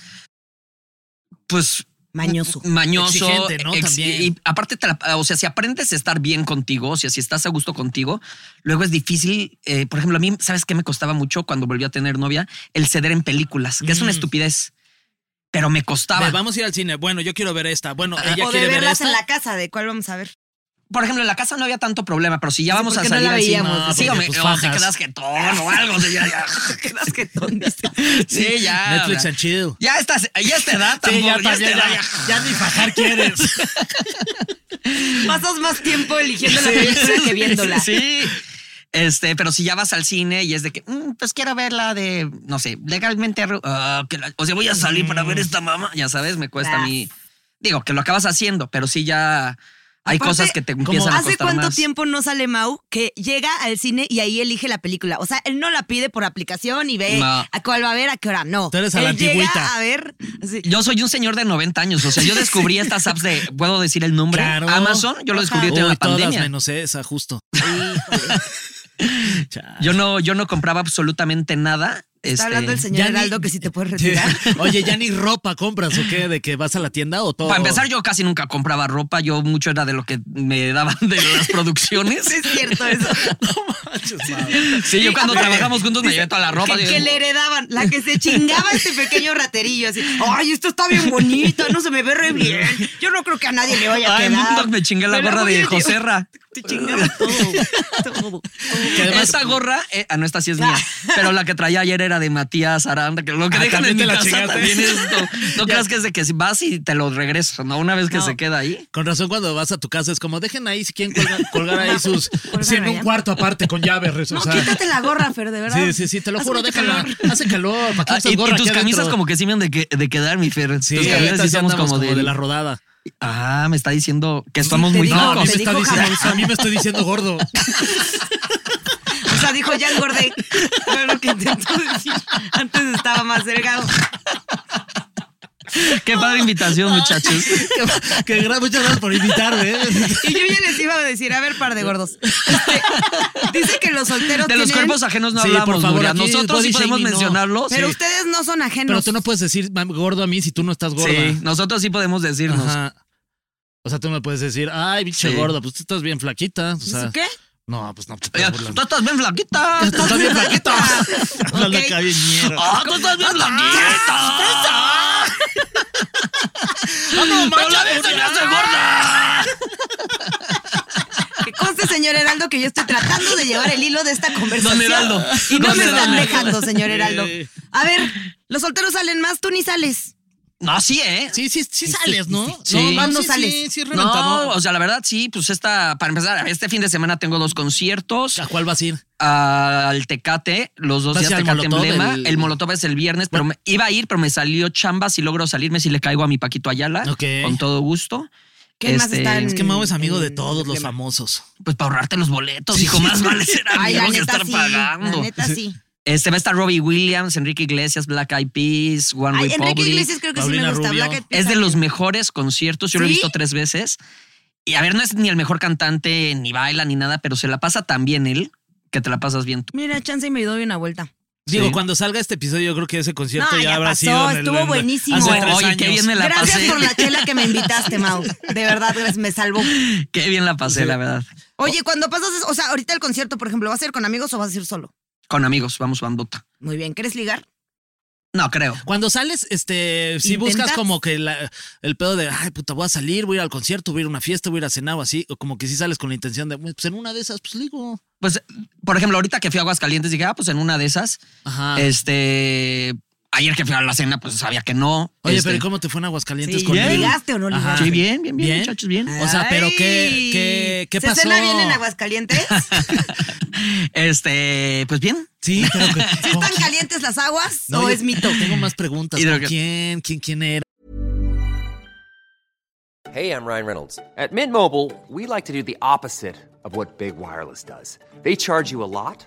C: pues
D: Mañoso.
C: mañoso
B: Exigente, ¿no? También.
C: y aparte te la- o sea si aprendes a estar bien contigo o sea si estás a gusto contigo luego es difícil eh, por ejemplo a mí sabes qué me costaba mucho cuando volví a tener novia el ceder en películas que es una estupidez pero me costaba
B: Ve, vamos a ir al cine. Bueno, yo quiero ver esta. Bueno, ella
D: Ah, o de
B: quiere ver
D: verlas
B: esta.
D: en la casa, ¿de cuál vamos a ver?
C: por ejemplo en la casa no había tanto problema pero si ya
D: Sí,
C: vamos a
D: porque no
C: salir
D: la
C: así,
D: veíamos,
C: no,
D: dice.
C: sí, o me-
B: Porque, pues,
C: o te
B: fajas.
C: quedas jetón o algo o sea, ya, ya.
D: Quedas que dice.
C: sí ya
B: Netflix
C: ya.
B: and chill.
C: ya estás ya esta edad
B: Sí, ya,
C: tampoco, ya a esta
B: también,
C: edad,
B: ya,
C: ya.
B: ya ni fajar quieres.
D: Pasas más tiempo eligiendo la película que viéndola.
C: Sí. Este, pero si ya vas al cine y es de que, "Mm, pues quiero ver la de, no sé, legalmente, arru- ah, que la- o sea, voy a salir para ver esta mamá, ya sabes, me cuesta a mí. Digo, que lo acabas haciendo, pero sí ya hay
D: Aparte,
C: cosas que te
B: ¿cómo?
C: empiezan a
D: ¿Hace
C: costar
D: cuánto
C: más.
D: tiempo no sale Mau que llega al cine y ahí elige la película? O sea, él no la pide por aplicación y ve
C: No.
D: a cuál va a ver, a qué hora. No.
B: Tú eres a
D: Él
B: la
D: Llega
B: antigüita.
D: a ver. así.
C: Yo soy un señor de 90 años, o sea, yo descubrí estas apps de, ¿puedo decir el nombre?
B: Claro.
C: Amazon, yo lo descubrí
B: Uy,
C: en la
B: todas
C: pandemia.
B: menos esa, justo. Chale.
C: Yo no, yo no compraba absolutamente nada este,
D: Está hablando el señor
B: ya ni-
D: Heraldo que si te puedes retirar.
B: Oye, ya ni ropa compras o qué, de que vas a la tienda o todo.
C: Para empezar, yo casi nunca compraba ropa. Yo mucho era de lo que me daban de las producciones.
D: Sí, es cierto eso.
C: Sí, yo cuando
D: Aparte,
C: trabajamos juntos me
D: dice,
C: llevé toda la ropa.
D: Que,
C: digo,
D: que le heredaban, la que se chingaba este pequeño raterillo así. Ay, esto está bien bonito, no se me ve re bien. Yo no creo que a nadie le vaya a
C: Ay,
D: quedar.
C: Moondog, me chingué la
D: Me
C: gorra
D: voy
C: de
D: a-
C: Joserra.
D: Te chingaba todo, todo.
B: Que además-
C: Esa gorra, eh, ah, no, esta sí es mía, pero la que traía ayer era de Matías Aranda, que lo que
B: Ah,
C: dejan
B: también
C: en
B: te
C: mi
B: la
C: casa
B: chingaste.
C: también es, no, no creas que es de que si vas y te lo regreso, ¿no? Una vez que
D: No.
C: se queda ahí.
B: Con razón, cuando vas a tu casa es como, dejen ahí si quieren colgar, colgar ahí sus.
D: Cuélgalo
B: Sí, en un
D: allá.
B: cuarto aparte con llaves. res- o
D: ¿eh? No,
B: sea,
D: quítate la gorra, Fer, de verdad.
B: sí, sí, sí, te lo
D: Hace
B: juro,
D: mucho
B: déjala.
D: calor.
B: Hace calor, ¿para qué
C: Ah,
B: usas
C: y, y
B: gorra
C: tus
B: aquí
C: camisas
B: adentro?
C: como que sí me han de, que- de quedar, mi Fer.
B: Sí,
C: tus
B: la
C: camisas
B: neta
C: sí
B: sí
C: somos
B: andamos
C: como, del-
B: la rodada.
C: Ah, me está diciendo que estamos
D: te
C: muy
D: digo,
B: No, a mí,
C: locos.
B: me está
D: dijo
B: diciendo,
D: jamonzón.
B: a mí me estoy diciendo gordo.
D: O sea, dijo ya engordé. Fue lo que intentó decir. Antes estaba más delgado.
C: Qué padre invitación, muchachos.
B: que, que gra- muchas gracias por invitarme. ¿eh?
D: Y yo ya les iba a decir, a ver, par de gordos. Este, dice que los solteros
C: De los
D: tienen-
C: cuerpos ajenos no
B: Sí, por
C: hablamos,
B: favor,
C: Nuria.
B: aquí
C: Nosotros
B: body
C: sí podemos
B: shaming no.
C: mencionarlos.
D: Pero
C: Sí.
D: ustedes no son ajenos.
B: Pero tú no puedes decir "Mam, gordo a mí si tú no estás gorda.
C: Sí, nosotros sí podemos decirnos.
B: Ajá. O sea, tú me puedes decir, ay, bicho
C: Sí.
B: gorda, pues tú estás bien flaquita. O sea,
D: ¿Qué?
B: No, pues no te puedes
C: Oye,
B: burlar.
C: Tú estás bien flaquita.
B: Tú estás bien flaquita. No la
D: Ok.
B: cabiñera.
C: Ah, tú estás bien flaquita. Ah, no, la vez se me hace gorda.
D: Que conste, señor Heraldo, que yo estoy tratando de llevar el hilo de esta conversación.
C: Don Heraldo.
D: Y no
C: Don
D: me están
C: Heraldo.
D: dejando, señor Heraldo.
B: Sí.
D: A ver, los solteros salen más, tú ni sales.
C: No, sí, ¿eh?
B: Sí, sí, sí
D: Este,
B: sales, ¿no?
C: Sí.
B: No, mam,
D: No
B: sí,
D: sales.
B: Sí, sí,
C: No,
B: reventador.
C: o sea, la verdad sí, pues esta, para empezar, este fin de semana tengo dos conciertos
B: ¿A cuál vas a ir?
C: al Tecate, los dos
B: ¿Vas
C: días
B: a ir al
C: Tecate
B: Molotov,
C: Emblema.
B: el-
C: El... Molotov es el viernes, pero me- iba a ir, pero me salió chamba. Si logro salirme, si le caigo a mi Paquito Ayala,
B: Ok.
C: con todo gusto.
D: ¿Qué más está en-
B: Este, Es que Mau es amigo de
D: Mm,
B: todos los
D: problema.
B: famosos.
C: Pues para ahorrarte los boletos, hijo, más vale ser
D: Ay,
C: amigo
D: la
C: que
D: neta
C: estar
D: sí.
C: pagando.
D: La neta sí.
C: Este va a estar Robbie Williams, Enrique Iglesias, Black Eyed Peas, One
D: Ay,
C: Republic.
D: Enrique Iglesias creo que sí
B: Paulina
D: me gusta.
B: Rubio.
D: Black Eyed Peas
C: es de los
D: también.
C: mejores conciertos, yo lo he
D: ¿Sí?
C: visto tres veces. Y a ver, no es ni el mejor cantante, ni baila, ni nada, pero se la pasa tan bien él que te la pasas bien tú.
D: Mira, chance y me doy una vuelta.
B: Digo,
C: Sí.
B: cuando salga este episodio, yo creo que ese concierto
D: No,
B: ya
D: ya
B: habrá
D: pasó,
B: sido. en
D: estuvo
B: en
D: buenísimo.
B: Hace tres
C: Oye, qué
B: años.
C: bien me la
D: Gracias
C: pasé.
D: por la chela que me invitaste, Mau. De verdad, gracias, me salvó.
C: Qué bien la pasé, la verdad.
D: Oye, cuando pasas, eso- o sea, ahorita el concierto, por ejemplo, ¿vas a ir con amigos o vas a ir solo?
C: Con amigos, vamos bandota.
D: Muy bien, ¿quieres ligar?
C: No, creo.
B: Cuando sales, este, si
D: ¿Intentas?
B: buscas como que la- el pedo de, ay, puta, voy a salir, voy a ir al concierto, voy a ir a una fiesta, voy a ir a cenar o así, o como que sí sales con la intención de, pues en una de esas, pues digo.
C: Pues, por ejemplo, ahorita que fui a Aguascalientes dije, ah, pues en una de esas,
B: Ajá.
C: este, ayer que fui a la cena, pues sabía que no.
B: Oye,
C: Este,
B: pero ¿y ¿cómo te fue en Aguascalientes
D: Sí,
B: con
D: bien.
B: el-
D: ¿Ligaste o no
B: Ajá.
D: ligaste?
C: Sí, bien, bien, bien,
B: ¿Bien?
C: muchachos, bien.
B: O sea, pero ¿qué,
D: Ay.
B: qué, qué pasó?
D: ¿Se cena bien en Aguascalientes?
C: Este, pues bien.
B: Sí, pero que- ¿con
D: ¿Están
B: quién?
D: calientes las aguas
B: No,
D: o
B: yo-
D: es mito?
B: Tengo más preguntas.
C: Y de
B: ¿Con
C: lo que-
B: quién? ¿Quién quién era?
E: Hey, I'm Ryan Reynolds. At Mint Mobile, we like to do the opposite of what Big Wireless does. They charge you a lot,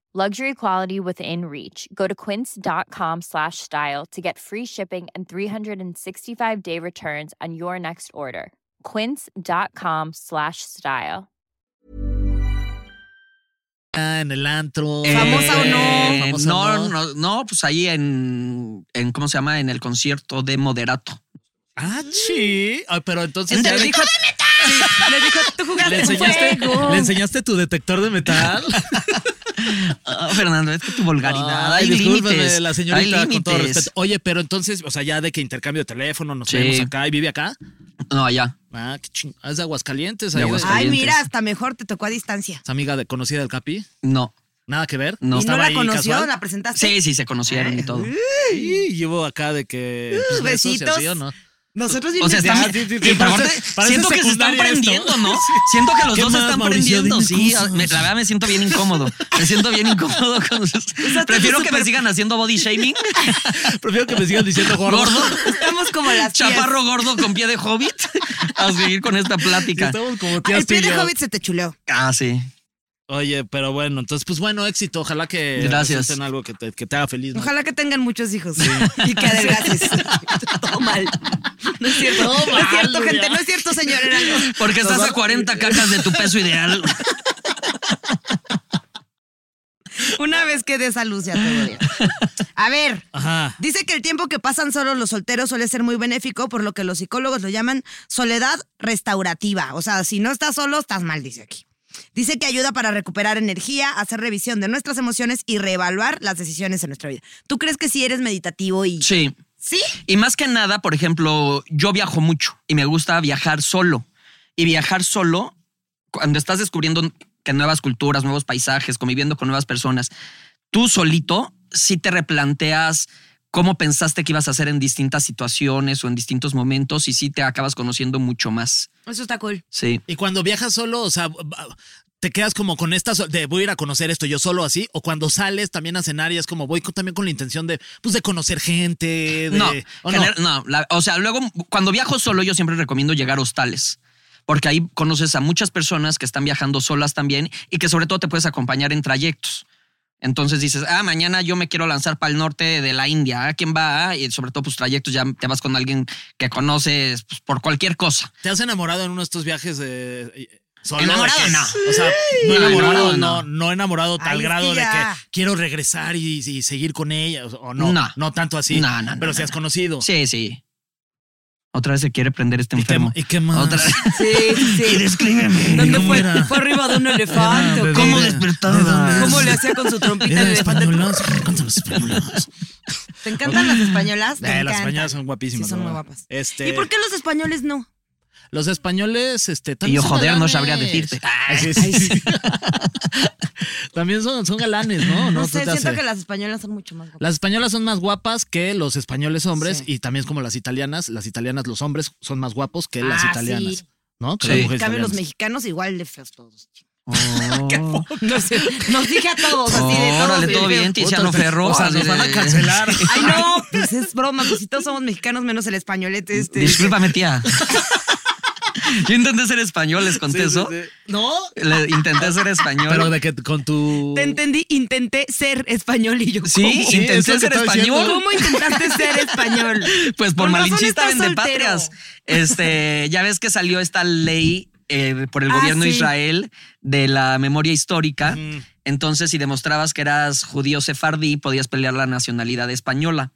G: Luxury quality within reach. Go to quince.com slash style to get free shipping and 365 day returns on your next order. Quince.com slash style.
B: En el antro.
D: ¿Famosa o no?
C: Eh,
B: ¿Famosa o
C: no, no, no, pues ahí en, en, ¿cómo se llama? En el concierto de Moderato.
B: Ah, sí. Ay, pero entonces
C: ¿En
B: ya
C: el
B: le-
C: disco?
D: Le dijo, tú jugaste
B: le enseñaste,
D: fuego.
B: le enseñaste tu detector de metal.
C: Ah, Fernando, es que tu vulgaridad. hay
B: discúlpame,
C: límites.
B: la señorita,
C: hay
B: con todo
C: límites.
B: respeto. Oye, pero entonces, o sea, ya de que intercambio de teléfono, nos
C: Sí.
B: vemos acá y vive acá.
C: No, allá.
B: Ah, qué ching. Es de Aguascalientes.
C: De
B: ahí de-
C: Aguascalientes.
D: Ay,
C: Calientes.
D: mira, hasta mejor te tocó a distancia.
B: Es amiga de, conocida del Capi.
C: No.
B: Nada que ver.
C: No.
D: y no
B: Estaba
D: la
B: ahí
D: conoció,
B: casual.
D: la presentaste.
C: Sí, sí, se conocieron y todo.
B: Y llevo acá de que.
C: pues,
D: Uh,
B: besos y
D: besitos.
B: así, ¿o no?
D: Nosotros
C: O sea,
D: bien-
C: están.
B: Ya, sí, sí,
C: y
B: sí,
C: aparte,
B: parece- parece
C: siento que se están
B: secundaria esto.
C: prendiendo, ¿no? Siento que los
B: ¿Qué
C: dos se
B: más,
C: están
B: Mauricio?
C: prendiendo.
B: Dime
C: Sí, ah,
B: cosas.
C: me- la verdad me siento bien incómodo. Me siento bien incómodo con sus- Prefiero que me sigan haciendo body shaming.
B: Prefiero que me sigan diciendo gordo.
C: Gordo.
D: estamos como las tías.
C: Chaparro gordo con pie de hobbit. A seguir con esta
B: Sí,
C: plática.
B: Estamos como
D: Ay,
B: tías
D: El pie
B: tú y
D: de
B: yo.
D: Hobbit se te chuleó.
C: Ah, sí.
B: Oye, pero bueno, entonces, pues bueno, éxito. Ojalá que
C: Gracias.
B: resulte en algo que te, que te haga feliz. ¿no?
D: Ojalá que tengan muchos hijos y que adelgaces. Todo mal. No es cierto.
B: Todo
D: no es cierto,
B: mal,
D: gente.
B: ya.
D: No es cierto, señor. Heraldo.
C: Porque estás a 40 cajas de tu peso ideal.
D: Una vez que des a luz ya todo bien. A ver,
B: Ajá.
D: dice que el tiempo que pasan solos los solteros suele ser muy benéfico, por lo que los psicólogos lo llaman soledad restaurativa. O sea, si no estás solo, estás mal, dice aquí. Dice que ayuda para recuperar energía, hacer revisión de nuestras emociones y reevaluar las decisiones en nuestra vida. ¿Tú crees que si eres meditativo y...
C: Sí.
D: ¿Sí?
C: Y más que nada, por ejemplo, yo viajo mucho y me gusta viajar solo. Y viajar solo, cuando estás descubriendo que nuevas culturas, nuevos paisajes, conviviendo con nuevas personas, tú solito sí te replanteas cómo pensaste que ibas a hacer en distintas situaciones o en distintos momentos y sí te acabas conociendo mucho más.
D: Eso está cool.
C: Sí.
B: Y cuando viajas solo, o sea, te quedas como con esta, so- de voy a ir a conocer esto yo solo así, o cuando sales también a cenar y es como voy con- también con la intención de, pues, de conocer gente. de-
C: No,
B: ¿o
C: gener- no, la- o sea, luego cuando viajo solo yo siempre recomiendo llegar a hostales. Porque ahí conoces a muchas personas que están viajando solas también y que sobre todo te puedes acompañar en trayectos. Entonces dices, ah, mañana yo me quiero lanzar para el norte de la India. ¿A quién va? Ah, Y sobre todo, pues trayectos ya te vas con alguien que conoces pues, por cualquier cosa.
B: ¿Te has enamorado en uno de estos viajes de... eh, solo?
C: Enamorado,
B: ¿De qué?
C: no.
B: O sea, no
C: No,
B: enamorado,
C: enamorado,
B: no,
C: no.
B: no enamorado
D: Ay,
B: tal
D: es
B: grado
D: que
B: de
D: ya.
B: que quiero regresar y, y seguir con ella, o- o no. No,
C: No.
B: tanto así.
C: No, no, no,
B: Pero si
C: no,
B: has
C: no.
B: conocido.
C: Sí, sí. Otra vez se quiere prender este
B: ¿Y qué,
C: enfermo.
B: y qué más?
C: Otra
D: Sí,
C: Y descríbeme.
D: ¿Dónde
B: ¿Cómo
D: fue?
B: era?
D: ¿Fue arriba de un elefante? o qué?
C: ¿Cómo
B: ¿De-
C: despertaba?
B: de dónde es?
D: ¿Cómo le hacía con su trompita
B: Era
D: de elefante?
B: española, se me encantan las españolas.
D: ¿Te encantan las españolas? Te
B: Eh, las
D: encantan.
B: españolas son guapísimas.
D: Sí, son
B: ¿no?
D: muy guapas.
B: Este,
D: ¿Y por qué los españoles no?
B: Los españoles, este, también.
C: yo,
B: son
C: joder, no
B: galanes.
C: sabría decirte.
B: Ay, sí, sí, sí. también son, son galanes, ¿no?
D: No,
B: ¿No
D: sé,
B: te hace?
D: siento que las españolas son mucho más guapas.
B: Las españolas son más guapas que los españoles hombres
D: Sí.
B: y también es como las italianas. Las italianas, los hombres son más guapos que las
D: Ah,
B: italianas.
D: sí.
B: ¿No? Que
C: Sí.
B: las
D: En
B: mujeres
D: cambio, los
B: italianas.
D: mexicanos igual de feos todos.
C: Oh.
D: No sé, nos dije a todos así de todos.
C: Órale, todo bien,
D: feos.
C: Tiziano Ferro.
B: O sea,
C: Así
B: nos van a
C: de-
B: cancelar.
D: Ay, no, pues es broma, pues si todos somos mexicanos menos el españolete este.
C: Discúlpame, tía. Yo intenté ser español, les
B: Sí, sí,
C: conté eso.
B: sí. No,
C: Le- intenté ser español.
B: pero de que con tu.
D: Te entendí, intenté ser español y yo.
C: sí,
B: ¿cómo? Sí, es lo
C: intenté
B: que
C: ser
B: estaba
C: español.
B: diciendo.
D: ¿Cómo intentaste ser español?
C: Pues por
D: Con razón
C: malinchista
D: estás
C: vende
D: soltero.
C: patrias. Este, ya ves que salió esta ley eh, por el
D: Ah,
C: gobierno de
D: sí.
C: Israel de la memoria histórica. Entonces, si demostrabas que eras judío sefardí, podías pelear la nacionalidad española.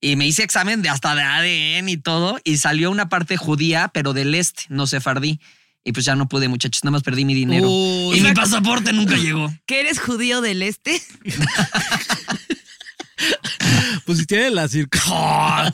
C: Y me hice examen de hasta de ADN y todo, y salió una parte judía, pero del este, no sefardí. Y pues ya no pude, muchachos, nada más perdí mi dinero.
B: Uy,
C: y mi pasaporte nunca llegó.
D: ¿Que eres judío del este?
B: Pues si tiene la circo.
C: Ay,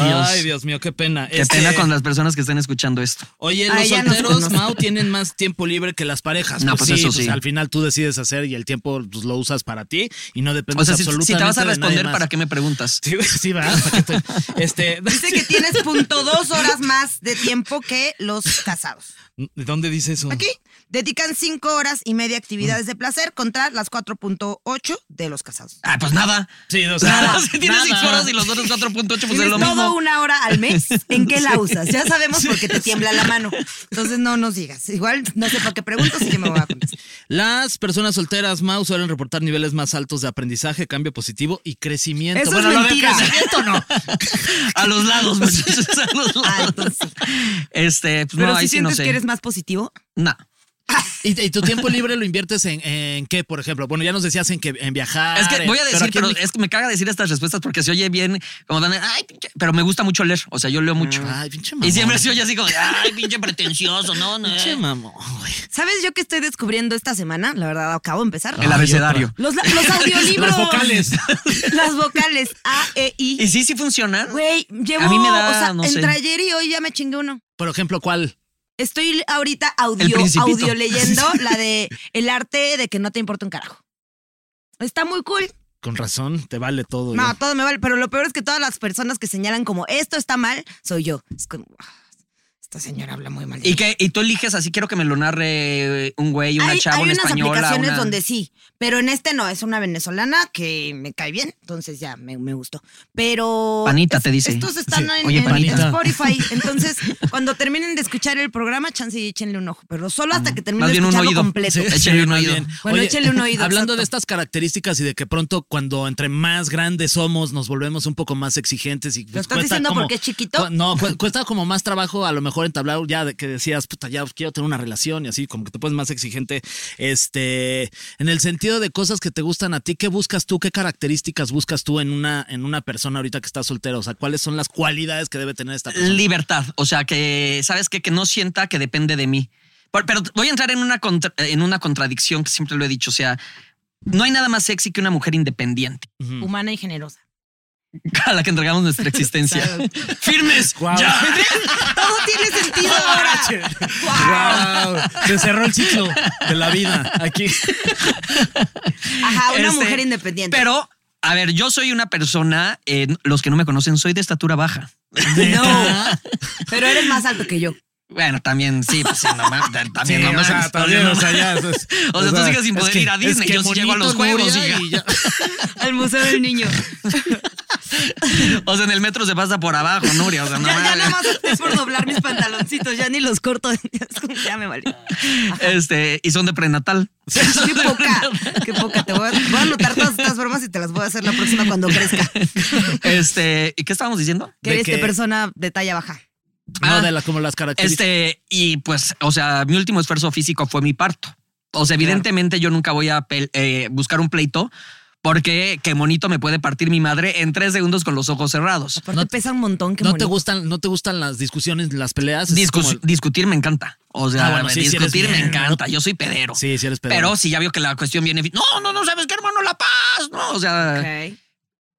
C: Dios.
B: Ay, Dios mío, qué pena.
C: Qué
B: Este,
C: pena con las personas que están escuchando esto.
B: Oye, los
D: Ay, Ah, ya nos
B: solteros,
D: conoce.
B: Mau, tienen más tiempo libre que las parejas.
C: No, pues eso sí.
B: al final tú decides hacer y el tiempo pues, lo usas para ti y no
C: O
B: dependes
C: sea, si, si
B: Pues absolutamente
C: te vas a
B: de nadie
C: responder,
B: más.
C: ¿para qué me preguntas?
B: Sí, sí, va. ¿Para qué estoy? Este,
D: Dice que tienes punto dos horas más de tiempo que los casados.
B: ¿de ¿Dónde dice eso?
D: Aquí dedican cinco horas y media a actividades de placer contra las 4.8 de los casados.
C: Ah, pues nada.
B: Sí, o sea,
C: Nada, si tienes
B: nada.
C: 6 horas y los otros 4.8, pues es
D: Tienes
C: lo
D: todo
C: mismo.
D: una hora al mes. ¿En qué la usas? Ya sabemos por qué te tiembla la mano. Entonces no nos digas. Igual no sé por qué pregunto, así que me voy a contestar.
B: Las personas solteras, Mau, suelen reportar niveles más altos de aprendizaje, cambio positivo y crecimiento.
D: Eso
B: Bueno,
D: es
B: lo de
D: mentira.
B: crecimiento-
C: no? A los lados, muchachos, a los
D: Ah,
C: lados.
D: entonces sí.
C: Este, pues
D: Pero
C: no,
D: si
C: ahí sí no
D: sientes
C: sé.
D: que eres más positivo,
C: No.
B: ¿Y, y tu tiempo libre lo inviertes en, en qué, por ejemplo? Bueno, ya nos decías en, que, en viajar.
C: Es que voy a
B: en-
C: decir,
B: aquí
C: pero,
B: en Mex-
C: es que me caga decir estas respuestas porque se oye bien, como dan, ay, pinche", pero me gusta mucho leer. O sea, yo leo mucho.
D: Ah,
B: Ay, pinche mamón.
C: eh, y siempre se oye así como, ay, pinche pretencioso, no, no.
B: Pinche mamón, güey.
D: ¿Sabes yo qué estoy descubriendo esta semana? La verdad, acabo de empezar.
C: El abecedario.
D: Los, la- los audiolibros.
B: Las vocales.
D: Las vocales. A, E, I.
C: Y sí, sí funcionan.
D: Güey, llevo.
C: A mí me da,
D: o sea,
C: no sé.
D: entre ayer y hoy ya me chingué uno.
B: Por ejemplo, ¿cuál?
D: Estoy ahorita audio,
C: Principito.
D: audio leyendo la de El arte de que no te importa un carajo. Está muy cool.
B: Con razón, te vale todo.
D: No,
B: ya.
D: todo me vale. Pero lo peor es que todas las personas que señalan como esto está mal, soy yo. Es como, "Ah, esta señora habla muy mal. de
C: Y
D: mí".
C: que y tú eliges así, quiero que me lo narre un güey, una
D: hay,
C: chava,
D: hay
C: una
D: unas
C: española.
D: aplicaciones
C: una-
D: donde sí, pero en este no, es una venezolana que me cae bien, entonces ya me, me gustó. Pero.
C: Panita
D: es-
C: te dice.
D: Estos están
C: Sí.
D: en,
C: Oye,
D: en- en
C: panita.
D: Spotify. Entonces, cuando terminen de escuchar el programa, chance y échenle un ojo, pero solo hasta que terminen
C: Ah, Más
D: de
C: bien un
D: escucharlo
C: oído.
D: completo.
C: Sí, échenle un
B: más
C: oído.
B: bien.
D: Bueno, échale un oído,
B: Hablando de
D: exacto.
B: estas características y de que pronto cuando entre más grandes somos nos volvemos un poco más exigentes y pues,
D: estás diciendo porque es chiquito?
B: cu- No, cu- cuesta como más trabajo a lo mejor entablar ya de que decías, puta, ya quiero tener una relación y así como que te pones más exigente este en el sentido de cosas que te gustan a ti, ¿qué buscas tú? ¿Qué características buscas tú en una en una persona ahorita que está soltera? O sea, ¿cuáles son las cualidades que debe tener esta persona?
C: Libertad. O sea, que, ¿sabes qué? Que no sienta que depende de mí. Por- Pero voy a entrar en una, contra- en una contradicción que siempre lo he dicho. O sea, no hay nada más sexy que una mujer independiente.
B: Ujú.
D: Humana y generosa.
C: a la que entregamos nuestra existencia. ¡Firmes!
B: Guau.
C: ¡Ya!
D: Todo tiene sentido ahora.
B: Wow. Se cerró el ciclo de la vida aquí.
D: Ajá, una
C: Este,
D: mujer independiente.
C: Pero, a ver, yo soy una persona, eh, los que no me conocen, soy de estatura baja.
B: No.
D: pero eres más alto que yo.
C: Bueno, también, sí, pues sí, no mames, también no
B: o sea,
C: mames,
B: también,
C: no
B: o sea,
C: mames.
B: ya, es-
C: O sea, tú sigues sin
B: es
C: poder ir a Disney, yo sí llego a los
B: bonito,
C: juegos,
B: Nuria,
C: hija.
B: y ya.
D: Al Museo del Niño.
C: O sea, en el metro se pasa por abajo, Nuria, o sea, no
D: ya, ya
C: mames.
D: nada más es por doblar mis pantaloncitos, ya ni los corto. ya me valió.
C: Este, y son de prenatal.
D: Qué poca, qué poca. Te voy a, voy a anotar todas estas bromas y te las voy a hacer la próxima cuando crezca.
C: Este, ¿y qué estábamos diciendo?
D: Que
B: De
D: eres
B: que-
D: esta persona de talla baja.
B: No,
C: Ah,
B: de la, como las características.
C: Este, y pues, o sea, mi último esfuerzo físico fue mi parto. O sea, evidentemente yo nunca voy a pel- eh, buscar un pleito porque qué monito me puede partir mi madre en tres segundos con los ojos cerrados.
D: Aparte pesa un montón que
B: no te gustan, no te gustan las discusiones, las peleas. Es
C: Discus-
B: como el-
C: Discutir me encanta. O sea,
B: Ah, bueno, sí, sí eres
C: discutir me
B: bien,
C: encanta.
B: ¿no?
C: Yo soy pedero.
B: Sí, sí eres pedero.
C: Pero si ya veo que la cuestión viene. No, no, no sabes qué, hermano, la paz. No, o sea.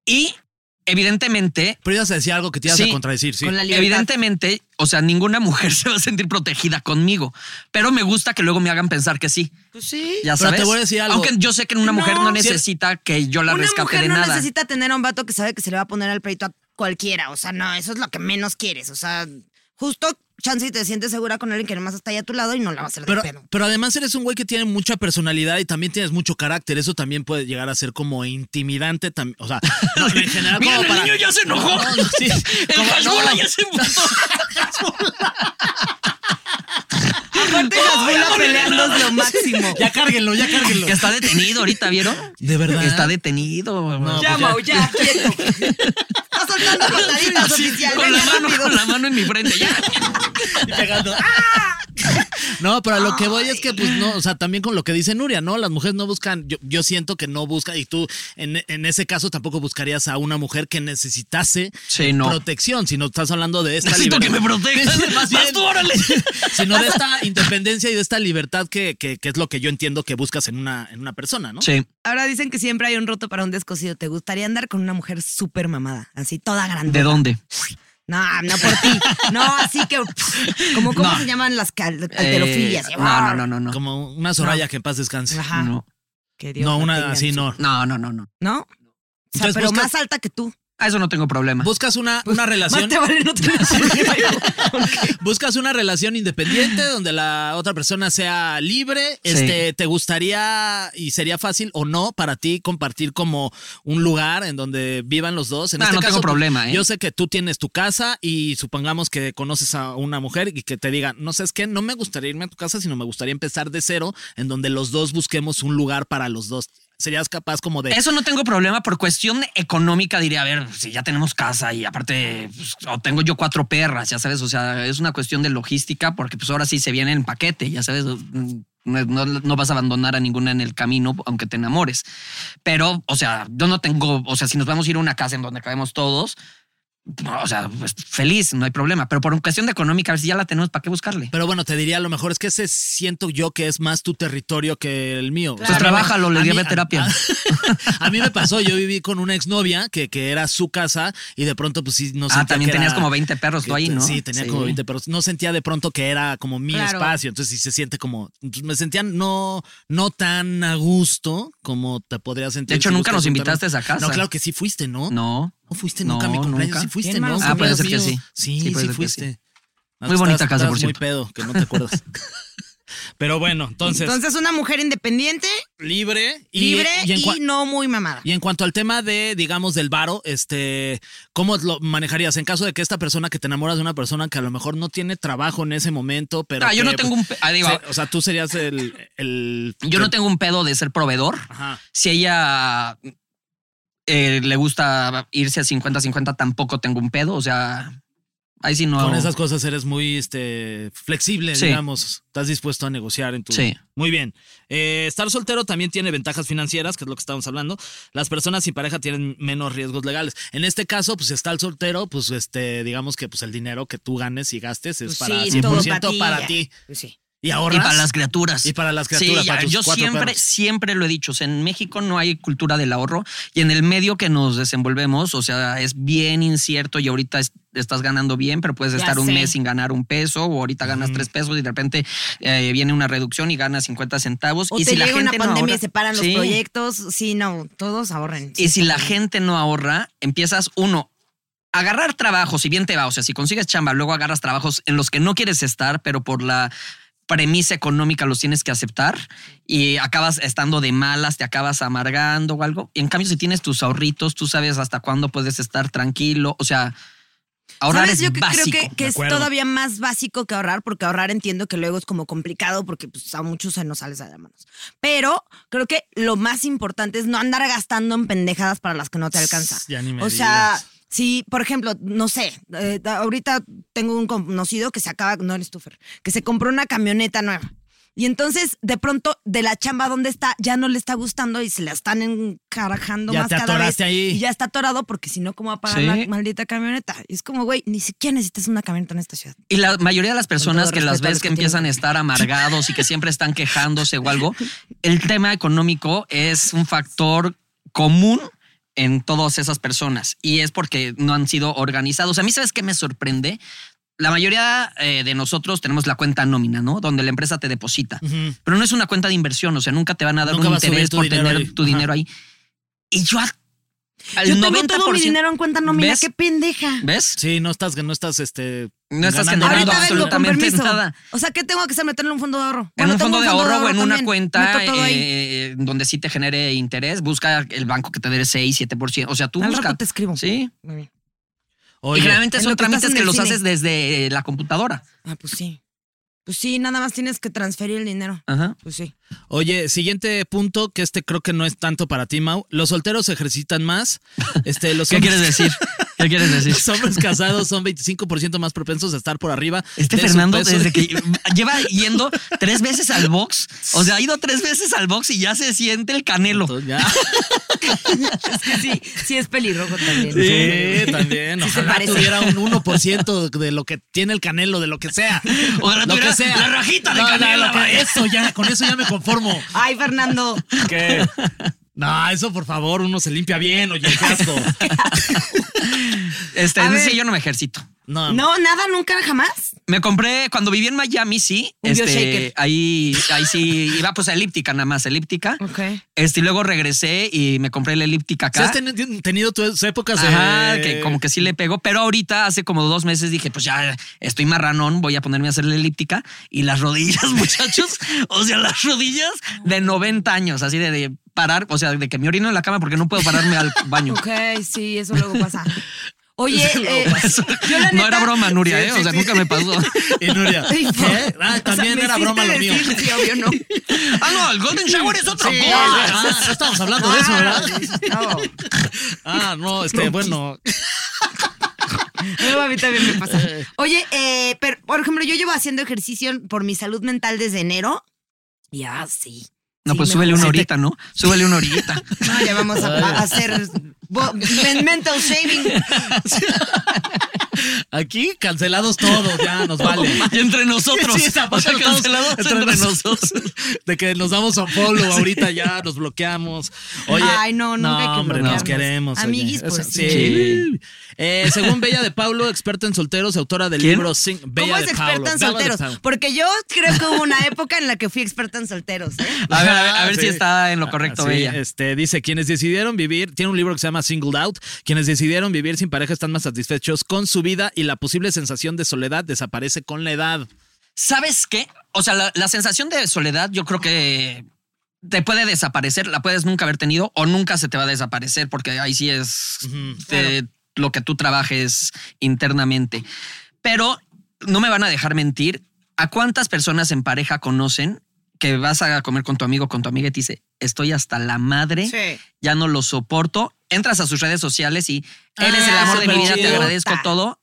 C: Y evidentemente
B: Pero ibas a decir algo que te ibas
C: Sí.
B: a contradecir, sí.
D: Con la libertad.
C: Evidentemente, o sea, ninguna mujer se va a sentir protegida conmigo, pero me gusta que luego me hagan pensar que sí.
D: Pues sí.
C: Ya
B: Pero
C: sabes.
B: te voy a decir algo.
C: Aunque yo sé que una mujer no,
B: No, si-
C: necesita que yo la
D: Una
C: rescate
D: mujer
C: de
D: no
C: nada.
D: necesita tener a un vato que sabe que se le va a poner al pleito a cualquiera. O sea, no, eso es lo que menos quieres. O sea, justo chance y te sientes segura con alguien que nomás está ahí a tu lado y no la va a hacer
B: Pero,
D: de pedo.
B: pero además eres un güey que tiene mucha personalidad y también tienes mucho carácter. Eso también puede llegar a ser como intimidante. tam- O sea, no, en general,
C: Miren,
B: como
C: el
B: para-
C: niño ya se enojó.
B: No, no, sí.
C: El
B: Como-
C: Hasbula
B: no.
C: ya se emputó.
D: Aparte, Hasbula peleando es lo máximo.
B: Ya cárguenlo, ya cárguenlo.
C: Que está detenido ahorita, ¿vieron?
B: De verdad.
C: Está detenido.
B: No,
D: Ya,
B: pues ya.
D: Mau, ya, quieto. Está soltando pataditas
C: Así,
D: oficial.
C: con, la
D: venga,
C: mano,
D: rápido.
C: con la mano en mi frente. Ya.
B: y pegando. ¡ah! No, pero a lo que voy es que, pues, no, o sea, también con lo que dice Nuria, ¿no? Las mujeres no buscan, yo, yo siento que no buscan, y tú en, en ese caso tampoco buscarías a una mujer que necesitase
C: Sí, no.
B: protección, sino estás hablando de esta
C: Necesito que me protejas.
B: Sí,
C: Más
B: bien,
C: tú, órale.
B: sino de esta independencia y de esta libertad que, que- que es lo que yo entiendo que buscas en una, en una persona, ¿no?
C: Sí,
D: Ahora dicen que siempre hay un roto para un descosido. ¿Te gustaría andar con una mujer súper mamada? Así, toda grande.
C: ¿de dónde?
D: No, no por ti. No, así que. pff, ¿Cómo, cómo
C: No.
D: se llaman las cal-
C: Eh,
D: alterofilias?
C: no, no, no, no. No,
B: Como una Soraya que en paz descanse.
D: Ajá.
C: no,
D: Que Dios
B: No,
D: la
B: una
D: tenga en
B: así
D: su-
B: no.
C: no, no, no. no.
D: ¿No? O sea,
B: Entonces
D: pero
B: buscas-
D: más alta que tú.
C: A eso no tengo problema.
B: Buscas una,
C: Pues,
B: una
D: Más
B: relación.
D: te vale no tener
B: Buscas una relación independiente donde la otra persona sea libre.
C: Sí.
B: Este, ¿te gustaría y sería fácil o no para ti compartir como un lugar en donde vivan los dos? En este
C: No, no tengo problema, ¿eh?
B: Yo sé que tú tienes tu casa y supongamos que conoces a una mujer y que te diga, no sé, es que no me gustaría irme a tu casa, sino me gustaría empezar de cero en donde los dos busquemos un lugar para los dos. Serías capaz como de
C: Eso no tengo problema por cuestión económica. Diría, a ver, si ya tenemos casa y aparte pues, o tengo yo cuatro perras, ya sabes. O sea, es una cuestión de logística porque pues ahora sí se viene en paquete, ya sabes. mm, No, no- no vas a abandonar a ninguna en el camino, aunque te enamores. Pero, o sea, yo no tengo, o sea, si nos vamos a ir a una casa en donde cabemos todos, no, o sea, pues, feliz, no hay problema. Pero por cuestión de económica, a ver si ya la tenemos, ¿para qué buscarle?
B: Pero bueno, te diría, a lo mejor es que ese siento yo que es más tu territorio que el mío.
C: Pues trabájalo, le
B: a
C: di a
B: mí-
C: ver terapia.
B: A, mí me pasó, yo viví con una exnovia que, que era su casa y de pronto pues sí, no
C: Ah,
B: sentía
C: también
B: que
C: tenías
B: era-
C: como 20 perros tú ahí, ¿no?
B: Sí, tenía como 20 perros. No sentía de pronto que era como mi
D: Claro.
B: espacio. Entonces sí se siente como. Me sentía no, no tan a gusto como te podría sentir.
C: De hecho,
B: si
C: nunca nos
B: gustas
C: invitaste a
B: contarnos.
C: esa casa.
B: No, claro que sí fuiste, ¿no?
C: No.
B: No fuiste
C: No,
B: nunca a mi cumpleaños.
C: nunca.
B: Sí fuiste,
D: Bien
B: ¿no?
D: malos
C: Ah, puede ser que
D: Dios
C: sí.
B: Sí,
C: Sí,
B: sí,
C: puede ser que
B: fuiste. No,
C: Muy
B: tú
C: bonita
B: estabas-
C: casa, por
B: estabas
C: cierto.
B: muy pedo, que no te acuerdas. Pero bueno, entonces,
D: Entonces, una mujer independiente,
B: libre y,
D: libre
B: y en
D: y,
B: cua-
D: no muy mamada.
B: y en cuanto al tema de, digamos, del varo, este, ¿cómo lo manejarías en caso de que esta persona que te enamoras de una persona que a lo mejor no tiene trabajo en ese momento, pero.
C: Ah, yo
B: que,
C: no tengo
B: pues,
C: un pe- ah, digo,
B: se- o sea, tú serías el. el-
C: Yo no tengo un pedo de ser proveedor.
B: Ajá.
C: Si ella eh, le gusta irse a 50-50, tampoco tengo un pedo. O sea, ahí sí no.
B: Con esas cosas eres muy este, flexible,
C: Sí.
B: digamos. Estás dispuesto a negociar en tu.
C: Sí.
B: Muy bien. Eh, estar soltero también tiene ventajas financieras, que es lo que estábamos hablando. Las personas sin pareja tienen menos riesgos legales. En este caso, pues está el soltero, pues este, digamos que pues el dinero que tú ganes y gastes es
D: Pues
B: para
D: sí,
B: 100%
D: todo
B: para,
D: para ti.
B: ti.
D: Pues sí.
B: Y
C: Y
B: ahorras.
C: para las criaturas.
B: Y para las
C: Sí,
B: criaturas,
C: ya,
B: para tus
C: yo
B: cuatro
C: siempre,
B: perros.
C: siempre lo he dicho. O sea, en México no hay cultura del ahorro y en el medio que nos desenvolvemos, o sea, es bien incierto y ahorita es- estás ganando bien, pero puedes
D: Ya
C: estar un
D: sé.
C: mes sin ganar un peso o ahorita ganas tres pesos y de repente eh, viene una reducción y ganas 50 centavos.
D: O
C: y
D: te
C: si la
D: llega una
C: gente no
D: pandemia y
C: ahorra-
D: se paran los
C: Sí.
D: proyectos. Sí, no, todos ahorren.
C: Y si la gente no ahorra, empiezas uno. a Agarrar trabajos, si bien te va, o sea, si consigues chamba, luego agarras trabajos en los que no quieres estar, pero por la premisa económica los tienes que aceptar y acabas estando de malas, te acabas amargando o algo. Y en cambio, si tienes tus ahorritos, tú sabes hasta cuándo puedes estar tranquilo. O sea, ahorrar
D: ¿Sabes?
C: es
D: Yo que
C: básico.
D: creo que, que
B: de
D: es
B: acuerdo.
D: todavía más básico que ahorrar, porque ahorrar entiendo que luego es como complicado porque pues, a muchos se nos sale de las manos. Pero creo que lo más importante es no andar gastando en pendejadas para las que no te alcanza.
B: Ya ni me
D: o sea,
B: digas.
D: si, por ejemplo, no sé, eh, ahorita tengo un conocido que se acaba, no eres tú, Fer, que se compró una camioneta nueva. Y entonces, de pronto, de la chamba donde está, ya no le está gustando y se la están encarajando
B: Ya
D: más
B: te
D: cada vez.
B: atoraste ahí.
D: Y ya está atorado porque si no, ¿cómo va a pagar la
C: Sí.
D: maldita camioneta? Y es como, güey, ni siquiera necesitas una camioneta en esta ciudad.
C: Y la mayoría de las personas
D: todo
C: que las
D: respeto a
C: ves
D: los
C: que
D: que tienen
C: empiezan a
D: coche.
C: estar amargados y que siempre están quejándose o algo, el tema económico es un factor común en todas esas personas y es porque no han sido organizados. A mí, ¿sabes qué me sorprende? La mayoría eh, de nosotros tenemos la cuenta nómina, ¿no? Donde la empresa te deposita.
B: Ujú.
C: Pero no es una cuenta de inversión, o sea, nunca te van a dar
B: Nunca
C: un
B: va a subir
C: interés
B: tu
C: por
B: dinero
C: tener
B: ahí.
C: tu
B: Ajá.
C: dinero ahí. Y yo al al
D: Yo
C: 90%.
D: tengo todo mi dinero en cuenta nómina,
C: ¿Ves?
D: qué pendeja.
C: ¿Ves?
B: Sí, no estás, no estás, este.
C: No estás
B: ganando
C: generando
B: nada.
D: Ahorita vengo con
C: absolutamente
D: permiso.
C: nada.
D: O sea, ¿qué tengo que hacer? ¿Meterle un fondo de ahorro?
C: En
D: Bueno,
C: un
D: tengo
C: fondo de ahorro o en una
D: también.
C: cuenta
D: Meto todo ahí.
C: eh, donde sí te genere interés, busca el banco que te dé 6, 7%. O sea, tú
D: Al
C: busca.
D: rato te escribo.
C: Sí.
D: Muy bien.
B: Oye,
C: y generalmente
D: en
C: son
D: lo que estás
C: trámites
D: en
C: que
D: el
C: los
D: cine.
C: haces desde eh, la computadora.
D: Ah, pues sí. Pues sí, nada más tienes que transferir el dinero.
C: Ajá.
D: Pues sí.
B: Oye, siguiente punto, que este creo que no es tanto para ti, Mau. Los solteros se ejercitan más. Este, los
C: ¿Qué
B: hombres-
C: quieres decir? ¿Qué quieres decir?
B: Los hombres casados son 25% más propensos a estar por arriba.
C: Este
B: de su
C: Fernando,
B: peso.
C: desde que lleva yendo tres veces al box, o sea, ha ido tres veces al box y ya se siente el canelo.
B: Ya.
D: Sí, sí es pelirrojo también.
B: Sí, también.
D: Sí se
B: Ojalá
D: parece.
B: tuviera un 1% de lo que tiene el canelo, de lo que sea.
C: Ojalá
B: lo
C: tuviera
B: que sea.
C: la rajita de
B: No, no,
C: Canelo,
B: lo que-
C: vaya.
B: eso ya, con eso ya me conformo.
D: Ay, Fernando.
B: ¿Qué? No, eso por favor, uno se limpia bien, oye, qué asco.
C: Este,
D: A
C: en ese
D: ver.
C: yo no me ejercito.
B: No,
D: No, nada, nunca, jamás.
C: Me compré cuando viví en Miami, sí.
D: Un
C: Este,
D: bioshaker.
C: ahí, ahí sí iba pues a elíptica nada más, elíptica.
D: Ok.
C: Este, y luego regresé y me compré la elíptica
B: Si has
C: acá.
B: teni- tenido tus épocas de-
C: ¿Ah?
B: eh.
C: Ajá, que como que sí le pegó, pero ahorita hace como dos meses dije, pues ya estoy marranón, voy a ponerme a hacer la elíptica y las rodillas, muchachos, o sea, las rodillas de 90 años, así de, de parar, o sea, de que me orino en la cama porque no puedo pararme al baño.
D: Ok, sí, eso luego pasa. Oye, eh, yo
C: no
D: la neta-
C: era broma, Nuria,
B: Sí,
C: ¿eh?
B: sí,
C: o sea,
B: sí.
C: nunca me pasó.
B: Y Nuria,
D: Ay,
B: ¿qué?
D: por-
B: Ah,
D: o sea,
B: también
D: me
B: era broma lo
D: hiciste
B: mío.
D: decir, sí, obvio, no.
C: ah, no, el Golden Shower es otro.
B: Sí,
C: gol.
B: ah, no estamos hablando de eso, ¿verdad?
D: No,
B: Ah, no, este, bueno.
D: Luego a mí también me pasa. Oye, eh, pero, por ejemplo, yo llevo haciendo ejercicio por mi salud mental desde enero Ya, sí.
C: No,
D: Sí,
C: pues
D: mejor.
C: súbele una
D: Sí, te-
C: horita, ¿no? Súbele una horita.
D: No, ya vamos a, a hacer bo- men- mental shaving.
B: Aquí cancelados todos, ya nos vale.
C: Y entre nosotros.
B: Sí, esa
C: o sea,
B: parte estamos
C: cancelados entre, nosotros.
B: De que nos damos un follow ahorita ya, nos bloqueamos. Oye,
D: Ay, no, nunca hay que
B: hombre,
D: bloquearnos.
B: nos queremos. oye.
D: Amiguis,
B: Eso-
D: pues,
B: sí.
C: sí.
B: Eh, según Bella de Paulo, experta en solteros, autora del
C: ¿Quién?
B: libro Sing- Bella
D: ¿Cómo es
B: de
D: experta
B: Paulo.
D: en
B: Bella de
D: solteros?
B: Paulo.
D: Porque yo creo que hubo una época en la que fui experta en solteros. ¿eh?
C: A ver, a ver, a ver
B: Sí.
C: si está en lo correcto,
B: Ah, sí,
C: Bella.
B: Este, dice, quienes decidieron vivir, tiene un libro que se llama Singled Out, quienes decidieron vivir sin pareja están más satisfechos con su vida y la posible sensación de soledad desaparece con la edad.
C: ¿Sabes qué? O sea, la, la sensación de soledad yo creo que te puede desaparecer, la puedes nunca haber tenido o nunca se te va a desaparecer porque ahí sí es de lo que tú trabajes internamente. Pero no me van a dejar mentir, ¿a cuántas personas en pareja conocen que vas a comer con tu amigo, con tu amiga y te dice, estoy hasta la madre, ya no lo soporto, entras a sus redes sociales y eres
B: Ah,
C: el amor de mi vida,
B: superchido.
C: te agradezco todo.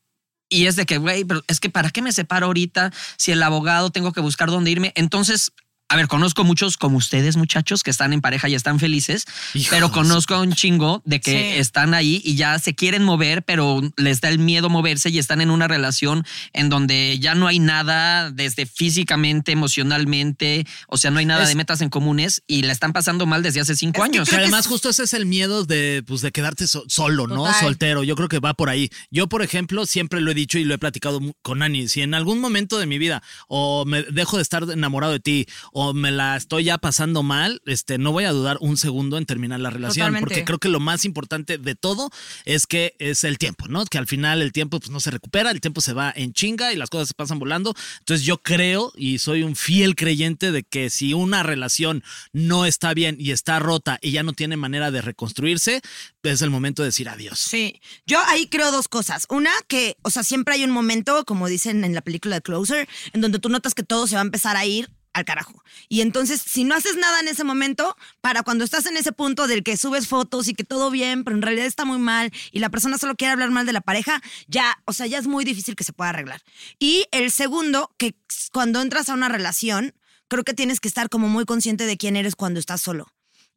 C: Y es de que, güey, pero es que ¿para qué me separo ahorita si el abogado tengo que buscar dónde irme? Entonces, a ver, conozco muchos como ustedes, muchachos, que están en pareja y están felices,
B: Hijo
C: pero
B: de
C: conozco a un chingo de que
D: Sí.
C: están ahí y ya se quieren mover, pero les da el miedo moverse y están en una relación en donde ya no hay nada desde físicamente, emocionalmente, o sea, no hay nada
B: Es-
C: de metas en comunes y la están pasando mal desde hace cinco
D: Es que
C: años.
B: Que
D: creo
B: además justo ese es el miedo de, pues, de quedarte so- solo, ¿no?
D: Total.
B: Soltero. Yo creo que va por ahí. Yo, por ejemplo, siempre lo he dicho y lo he platicado mu- con Ani. Si en algún momento de mi vida o me dejo de estar enamorado de ti o me la estoy ya pasando mal, este, no voy a dudar un segundo en terminar la relación.
D: Totalmente.
B: Porque creo que lo más importante de todo es que es el tiempo, ¿no? Que al final el tiempo pues, no se recupera, el tiempo se va en chinga y las cosas se pasan volando. Entonces yo creo y soy un fiel creyente de que si una relación no está bien y está rota y ya no tiene manera de reconstruirse, pues, es el momento de decir adiós.
D: Sí. Yo ahí creo dos cosas. Una, que, o sea, siempre hay un momento, como dicen en la película de Closer, en donde tú notas que todo se va a empezar a ir al carajo. Y entonces, si no haces nada en ese momento, para cuando estás en ese punto del que subes fotos y que todo bien, pero en realidad está muy mal y la persona solo quiere hablar mal de la pareja, ya, o sea, ya es muy difícil que se pueda arreglar. Y el segundo, que cuando entras a una relación, creo que tienes que estar como muy consciente de quién eres cuando estás solo.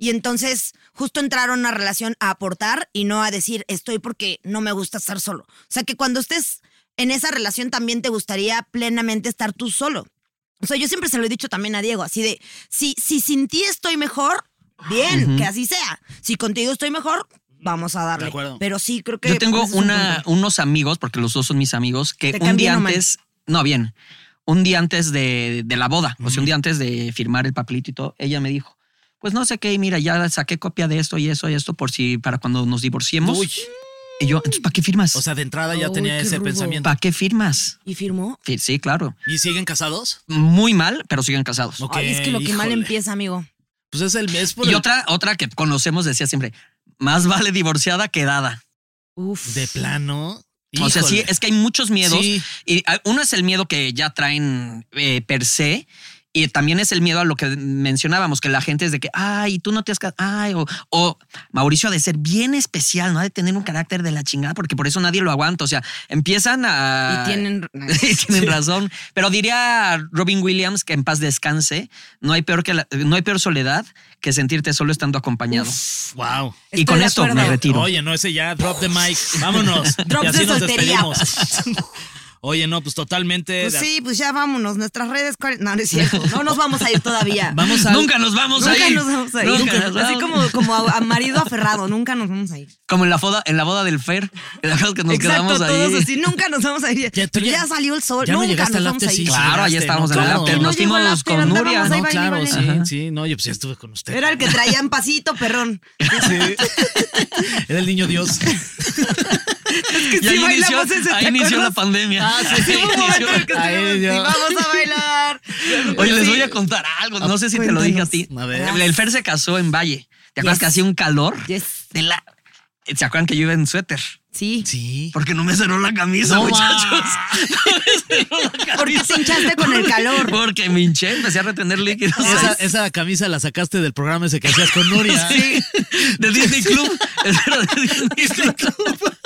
D: Y entonces justo entrar a una relación a aportar y no a decir estoy porque no me gusta estar solo. O sea que cuando estés en esa relación también te gustaría plenamente estar tú solo. O sea, yo siempre se lo he dicho también a Diego, así de, si, si sin ti estoy mejor, bien, que así sea. Si contigo estoy mejor, vamos a darle.
B: De acuerdo.
D: Pero sí, creo que...
C: Yo tengo
D: ese es un
C: una,
D: punto.
C: unos amigos, porque los dos son mis amigos, que
D: ¿Te
C: un
D: caen
C: día
D: bien o mal?
C: antes, no, bien, un día antes de, de la boda, o sea, un día antes de firmar el papelito y todo, ella me dijo, pues no sé qué, y mira, ya saqué copia de esto y eso y esto por si para cuando nos divorciemos.
B: Uy,
C: Y yo, "Entonces, ¿para qué firmas?
B: o sea, de entrada ya
D: Uy,
B: tenía
D: qué
B: ese
D: rudo.
B: pensamiento.
C: ¿Para qué firmas?
D: ¿Y firmó?
C: Fi- Sí, claro.
B: ¿Y siguen casados?
C: Muy mal, pero siguen casados.
B: Ok,
D: Ay, es que lo que mal
B: híjole.
D: empieza, amigo.
B: Pues es el mes por
C: Y
B: el-
C: otra, otra que conocemos decía siempre, más vale divorciada que dada.
D: Uf.
B: de plano.
C: O sea, sí,
B: Híjole.
C: es que hay muchos miedos.
B: Sí.
C: Y ah, uno es el miedo que ya traen eh, per se. Y también es el miedo a lo que mencionábamos, que la gente es de que, ay, tú no te has casado, ay, o, o Mauricio ha de ser bien especial, no ha de tener un carácter de la chingada, porque por eso nadie lo aguanta. O sea, empiezan a.
D: Y tienen...
C: Y tienen razón. Pero diría Robin Williams que en paz descanse, no hay peor, que la- no hay peor soledad que sentirte solo estando acompañado.
B: Wow.
C: y
D: Estoy
C: con
D: de
C: esto me
D: acuerdo.
C: retiro.
B: Oye, no, ese ya, drop the mic. Vámonos.
D: Drop
B: y así
D: de
B: nos
D: soltería.
B: despedimos. Oye, no, pues totalmente.
D: Pues
B: de-
D: sí, pues ya vámonos. Nuestras redes. ¿cuál- No, no es cierto. No nos vamos a ir todavía.
B: Vamos a.
C: Nunca nos vamos a
D: nunca
C: ir.
D: nos vamos a ir.
C: Nunca nos
D: Así
C: vamos.
D: como, como a, a marido aferrado, nunca nos vamos a ir.
C: Como en la boda, en la boda del Fer, que la verdad es que nos
D: Exacto,
C: quedamos ahí.
D: todos así, nunca nos vamos a ir.
B: Ya, tú
D: Pero
B: ya-
D: ya, salió el sol,
B: ya no
D: nunca
B: llegaste
D: nos
B: al
D: vamos
B: after,
D: a ir.
B: sí,
C: Claro, ahí
B: llegaste,
C: estábamos
B: ¿no?
C: en el
B: Claro.
C: after.
B: No
C: Nos
D: llegó el
C: vimos
D: after,
C: con
D: andábamos
C: Nuria.
D: ahí
B: No,
D: Vale,
B: claro,
D: vale,
B: sí,
C: vale.
B: sí. No, yo pues ya estuve con usted.
D: Era el que traían pasito, perrón.
B: Sí. Era el niño Dios.
D: Que
C: Y
D: sí
C: ahí inició,
D: bailamos ese, ¿te
C: ahí inició la
D: acuerdas?
C: pandemia.
D: Ah, Sí, hubo un momento en el que
B: Ahí
D: estuvimos,
B: inició.
D: y vamos a bailar.
C: Oye, les
D: Sí.
C: voy a contar algo. No sé si te lo dije a ti.
B: A ver.
C: El- El Fer se casó en Valle. ¿Te acuerdas
D: Yes.
C: que hacía un calor?
D: Yes.
C: De la... ¿Se acuerdan que yo iba en suéter?
D: Sí,
B: Sí.
C: Porque no me cerró la camisa,
B: No,
C: muchachos.
B: ma.
C: No me cerró la camisa.
D: porque te hinchaste con el calor.
C: Porque me hinché, empecé a retener líquidos.
B: Esa, esa camisa la sacaste del programa ese que hacías con Nuria.
C: Sí. De Disney Club. Esa era de Disney Club.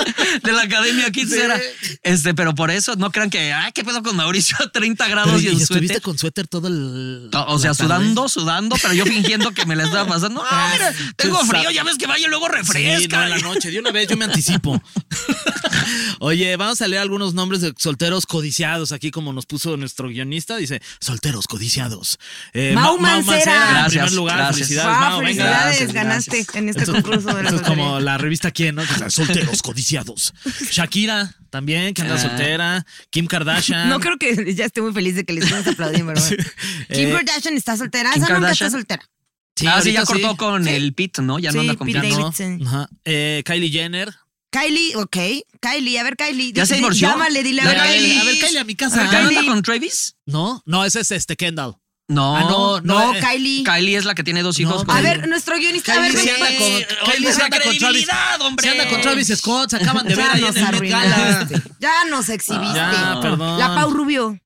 C: de la Academia Kids era. Este, pero por eso, no crean que, ay, ¿qué pedo con Mauricio a 30
B: Pero,
C: grados
B: y
C: y en
B: estuviste
C: suéter?
B: con suéter todo el.
C: To- O sea,
B: la tarde.
C: sudando, sudando, pero yo fingiendo que me la estaba pasando. Ah, mira, tengo
B: Tú
C: frío,
B: sabes.
C: ya ves que vaya y luego refresca.
B: Sí, no, en la noche, de una vez yo me anticipo. Oye, vamos a leer algunos nombres de solteros codiciados aquí, como nos puso nuestro guionista. Dice, solteros codiciados. Eh,
D: Mau
B: Ma-
D: Mancera.
B: en
C: Gracias,
B: primer lugar.
C: gracias.
B: Felicidades,
D: Wow,
B: Mau, venga.
D: felicidades,
C: Gracias,
D: ganaste
C: gracias.
D: en este
B: Esto-
D: concurso de la
B: esto es como
D: lotería.
B: la revista Quién, ¿no? Que está, Solteros codiciados. Shakira también, que anda
C: Ah.
B: soltera. Kim Kardashian.
D: No creo que ya esté muy feliz de que le estemos aplaudiendo, pero bueno. Kim
B: Eh,
D: Kardashian está soltera.
C: Kim
D: Esa nunca está
C: Kardashian.
D: soltera.
B: sí,
C: ah, sí, ya
B: ahorita
C: cortó
B: sí.
C: con el Pit, ¿no? Ya no
D: Sí,
C: anda con
D: Pete
C: Pete.
B: Ya no.
D: Davidson.
B: Ajá. Eh, Kylie Jenner.
D: Kylie, ok. Kylie, a ver, Kylie.
C: ¿Ya
D: di-
C: se
D: di-
C: divorció?
D: Llámale, dile a
C: La
D: ver,
C: Kylie.
D: Kylie.
B: A ver, Kylie a mi casa.
C: Ah, ¿Ya no anda
D: Kylie.
C: con Travis?
B: No, no, ese es este Kendall.
C: No.
B: Ah, no,
D: No,
B: eh,
D: Kylie.
C: Kylie es la que tiene dos hijos.
B: No,
C: con-
D: A ver, nuestro guionista, a ver,
B: Kylie
C: sí
D: venga.
B: se anda
C: ven.
B: con, Kylie
C: Oye,
B: se
C: la
B: anda con Travis.
C: credibilidad, hombre.
B: Se anda con Travis Scott, se acaban de ver
D: Ya
B: ahí
D: nos
B: en el Met Gala.
D: arruinaste. Ya nos exhibiste.
B: Ya, perdón.
D: La Pau Rubio.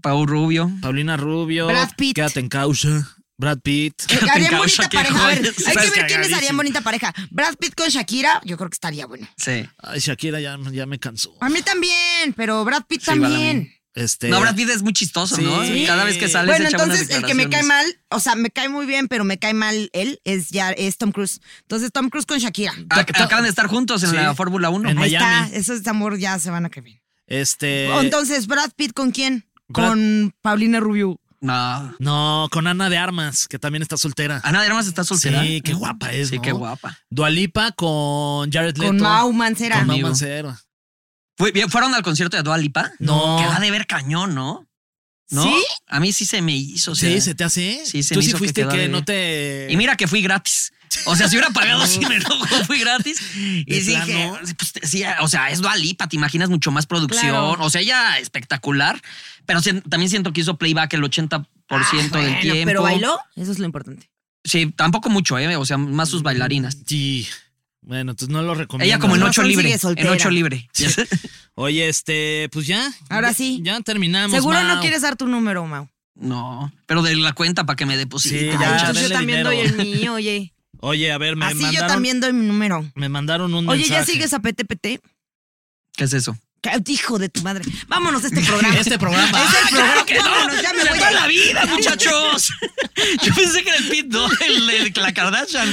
C: Pau Rubio.
B: Paulina Rubio.
D: Brad Pitt.
B: Quédate en causa. Brad Pitt.
D: Eh, Harían
C: Causa,
D: bonita
C: qué
D: pareja. A ver,
C: joyas.
D: hay que
C: Estás
D: ver quiénes harían
C: cagadísimo.
D: bonita pareja. Brad Pitt con Shakira, yo creo que estaría bueno.
C: Sí.
B: Ay, Shakira ya, ya me cansó.
D: A mí también, pero Brad Pitt
C: igual a mí.
D: también.
B: Este,
C: No, Brad Pitt es muy chistoso,
B: Sí.
C: ¿no?
B: Sí.
C: Cada vez que sale
D: Bueno,
C: se echa unas
D: entonces el que me cae
C: declaraciones.
D: mal, o sea, me cae muy bien, pero me cae mal él, es ya es Tom Cruise. Entonces Tom Cruise con Shakira.
C: Ac- Acaban de estar juntos Ah, en
B: Sí.
C: la Fórmula 1.
B: En
D: Ahí
B: Miami.
D: está, esos amor ya se van a caer bien.
B: Este.
D: Entonces, Brad Pitt con quién?
B: Brad-
D: Con Paulina Rubio.
C: No. Ah,
B: No, con Ana de Armas, que también está soltera.
C: Ana de Armas está soltera.
B: Sí, qué guapa es.
C: Sí,
B: ¿no?
C: qué guapa.
B: Dualipa con Jared Leto.
D: Con Mau Mancera.
B: Con Mau
C: Amigo.
B: Mancera.
C: Fue- bien, ¿Fueron al concierto de Dua Lipa?
B: No.
C: Que va de ver cañón, ¿no? ¿No?
D: ¿Sí?
C: A mí sí se me hizo. o sea,
B: Sí, se te hace. ¿eh?
C: Sí, se
B: Tú
C: me
B: sí
C: hizo que
B: fuiste
C: quedó
B: que
C: de-
B: no te.
C: Y mira que fui gratis. O sea, si hubiera pagado sin enojo, fui gratis.
B: ¿De
C: Y sí dije,
B: plano?
C: pues, sí, o sea, es Dua Lipa, te imaginas mucho más producción.
D: Claro.
C: O sea, ella espectacular. Pero sí- también siento que hizo playback el 80% del
D: Ah, Bueno,
C: tiempo.
D: Pero bailó, eso es lo importante.
C: Sí, tampoco mucho, ¿eh? O sea, más
B: Mm,
C: sus bailarinas.
B: Sí. Bueno, entonces no lo recomiendo.
C: Ella como en
D: Con
C: ocho
D: razón
C: libre.
D: sigue
C: En
D: soltera.
C: ocho libre.
B: Oye, este, pues ya.
D: Ahora sí.
B: Ya terminamos.
D: Seguro no
B: Mau.
D: quieres dar tu número, Mau.
C: No, pero de la cuenta para que me deposite.
B: Sí, ya,
D: Ay, entonces
B: denle
D: yo también
B: dinero.
D: doy el mío, oye.
B: Oye, a ver, me
D: Así
B: mandaron.
D: yo también doy mi número.
B: Me mandaron un
D: Oye, ¿ya
B: mensaje.
D: sigues a PTPT?
C: ¿Qué es eso?
D: Ca- Hijo de tu madre. Vámonos de este programa.
B: Este programa.
D: Este
B: Ah,
D: programa. Vámonos, ya me
C: ¡De
D: voy.
C: toda
D: a
C: la
D: ir.
C: vida, muchachos! Yo pensé que era el Pit, ¿no? El, de la Kardashian.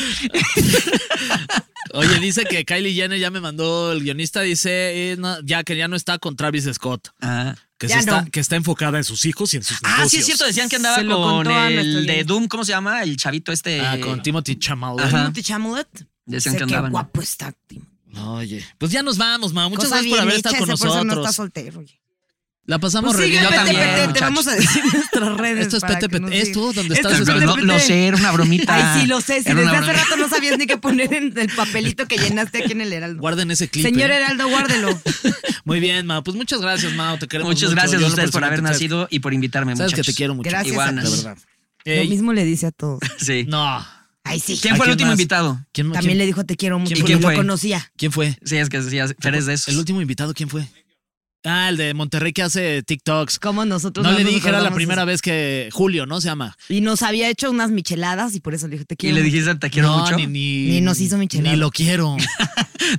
B: Oye, dice que Kylie Jenner ya me mandó el guionista, dice eh, no, ya que ya no está con Travis Scott,
C: Ah,
B: que,
D: Ya
B: se está,
D: no. Ah,
B: que está enfocada en sus hijos y en sus negocios.
C: sí, es cierto. Decían que andaba
D: Se lo
C: con
D: contó a nuestro
C: el de
D: guionista.
C: Doom. ¿Cómo se llama? El chavito este.
B: Ah, con Timothy Chalamet.
C: Ajá.
D: Timothy Chalamet.
C: Decían que
D: Sé qué
C: andaban.
D: guapo está. Tim.
B: Oye, pues ya nos vamos, ma. Muchas
D: Cosa
B: gracias por
D: bien
B: haber
D: hecha,
B: estado con
D: ese por eso No está
B: nosotros.
D: soltero. oye.
B: La pasamos
D: Pues
B: re
D: sigue
B: bien.
C: yo también,
D: PTPT, te
C: muchachos.
D: vamos a decir nuestras redes.
B: Esto es
D: para que
B: PTPT,
D: nos
B: esto
D: sigas.
B: donde
D: Esto
B: estás
D: es
B: escuchando.
C: No,
D: PTPT.
C: lo sé, era una bromita.
D: Ay, sí, lo sé. Si
C: Ah, Era
D: desde
C: una
D: hace
C: broma.
D: rato no sabías ni qué poner en el papelito que llenaste aquí en el Heraldo.
B: Guarden ese clip.
D: Señor
B: ¿eh?
D: Heraldo, guárdelo.
B: Muy bien, Mao. Pues muchas gracias, Mao. Te queremos
C: Muchas
B: mucho.
C: gracias
B: Yo
C: a
B: en lo
C: ustedes por
B: personal
C: haber
B: te-
C: nacido y por invitarme,
B: Sabes que
C: muchachos.
B: te quiero mucho.
D: Gracias a
C: Iguanas.
D: ti.
B: De verdad.
D: Lo
B: Ey,
D: mismo le dice a todos.
C: Sí.
B: no.
D: Ay, sí.
C: ¿Quién
B: ¿A
C: fue el
B: quién
C: último
B: más?
C: invitado?
B: ¿Quién,
D: También
B: quién-
D: le dijo te quiero mucho
B: ¿Quién fue?
D: y ni lo
C: ¿Quién fue?
D: conocía.
B: quién fue?
C: Sí, es que decías, eres de esos.
B: El último invitado, ¿quién fue? Ah, el de Monterrey que hace TikToks.
D: Como nosotros
B: No le
D: nos
B: dije, era la
D: acordamos
B: primera
D: de
B: vez que Julio, ¿no? Se llama.
D: eso. Y nos había hecho unas micheladas y por eso le dije te
C: Y
D: quiero.
C: le
D: mucho.
C: dijiste, te quiero
B: no,
C: mucho.
B: Ni,
C: Ni,
B: ni,
D: Ni nos hizo michelada.
B: Ni lo quiero.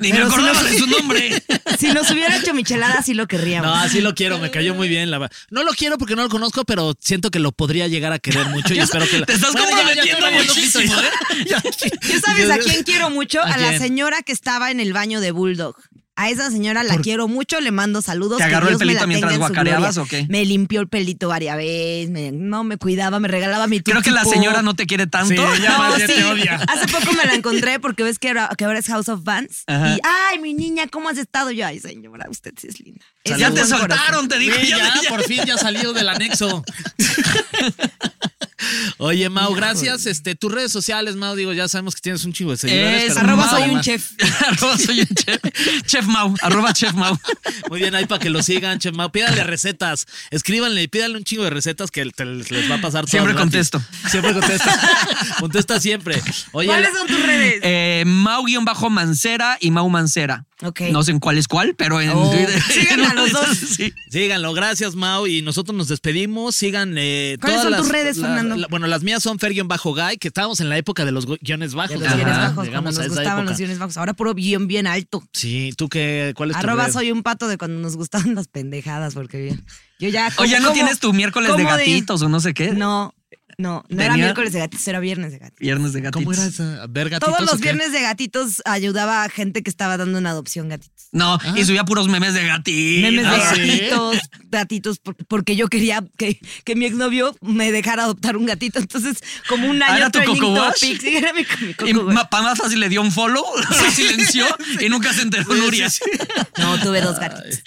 C: me
D: Pero sí
C: acordaba
D: lo-
C: de su nombre.
D: Si nos hubiera hecho micheladas, sí lo querríamos.
B: No, sí lo quiero, me cayó muy bien. La... verdad. No lo quiero porque no lo conozco, pero siento que lo podría llegar a querer mucho y espero que... la-
C: Te estás
B: ya- ya
C: comprometiendo
B: estoy viendo
C: muchísimo,
B: pito,
C: ¿eh?
B: ya.
D: ¿Ya sabes a quién quiero mucho?
B: ¿A
D: A, la
B: quién?
D: señora que estaba en el baño de Bulldog. A esa señora la quiero mucho, le mando saludos.
C: ¿Te agarró
D: que
C: el
D: Dios me la
C: pelito mientras
D: tenga en su
C: guacareabas
D: gloria.
C: o qué?
D: Me limpió el pelito varias veces, me- no me cuidaba, me regalaba mi
C: Creo que la
D: tucupo.
C: señora no Ah, te quiere tanto.
B: Sí, ya más bien te odia.
D: Hace poco me la encontré porque ves que ahora, que ahora es House of Bands.
C: Ajá.
D: Y, ay, mi niña, ¿cómo has estado? Yo, ay, señora, usted sí es linda. Es
C: Ya
D: un
C: te
D: buen
C: soltaron,
D: corazón.
C: te digo.
B: Güey,
C: ya-
B: ya,
C: ya-
B: por fin ya salió del anexo. Oye, Mau, gracias. Este, tus redes sociales, Mau, digo, ya sabemos que tienes un chingo de seguidores.
C: Es
B: pero-
D: Arroba
C: Mau.
D: soy un chef.
C: arroba soy un chef. Chef Mau, arroba Chef Mau.
B: Muy bien, ahí para que lo sigan, Chef Mau. Pídale recetas. Escríbanle y pídale un chingo de recetas que te- les va a pasar todas
C: Siempre
B: gratis.
C: contesto.
B: Siempre contesta. contesta siempre. Oye,
D: ¿Cuáles son tus redes?
C: Eh, Mau-Mancera y Mau Mancera.
D: Ok.
C: No sé en cuál es cuál, pero en
D: Oh,
C: Twitter.
D: sigan a los dos.
C: Sí.
B: Síganlo, gracias Mau y nosotros nos despedimos. Sigan eh,
D: ¿Cuáles
B: todas
D: son
B: las-
D: tus redes,
B: la-
D: Fernando?
B: la- bueno, las mías son bajo guy que estábamos en la época de los gu- guiones bajos.
D: De los
B: ¿verdad?
D: guiones
C: Ajá,
D: bajos, cuando
B: Llegamos a
D: nos
B: esa
D: gustaban
B: época.
D: los guiones bajos. Ahora puro guión bien alto.
B: Sí, tú qué cuál es tu
D: Arroba
B: red?
D: soy un pato de cuando nos gustaban las pendejadas, porque bien. Yo ya.
C: O
D: como-
C: ya no
D: como-
C: tienes tu miércoles de
D: como
C: gatitos ¿eh? o no sé qué.
D: No, no, no era
C: Venía-
D: miércoles de gatitos, era viernes de gatitos.
C: Viernes de gatitos.
B: ¿Cómo era esa? ¿Ver gatitos
D: Todos
B: o
D: los
B: qué?
D: viernes de gatitos ayudaba a gente que estaba dando una adopción gatitos.
C: No, y subía puros memes de gatitos.
D: Memes de
B: ¿Ah, sí?
D: gatitos, gatitos, por- porque yo quería que, que mi exnovio me dejara adoptar un gatito. Entonces, como un
C: ¿Ah,
D: año
C: era tu
D: trending
C: Coco Wash?
D: topic. Sí, era mi, mi Coco
C: Y
D: Wash.
C: para más fácil le dio un follow, lo silenció y nunca se enteró Nuria.
D: No, tuve dos gatitos.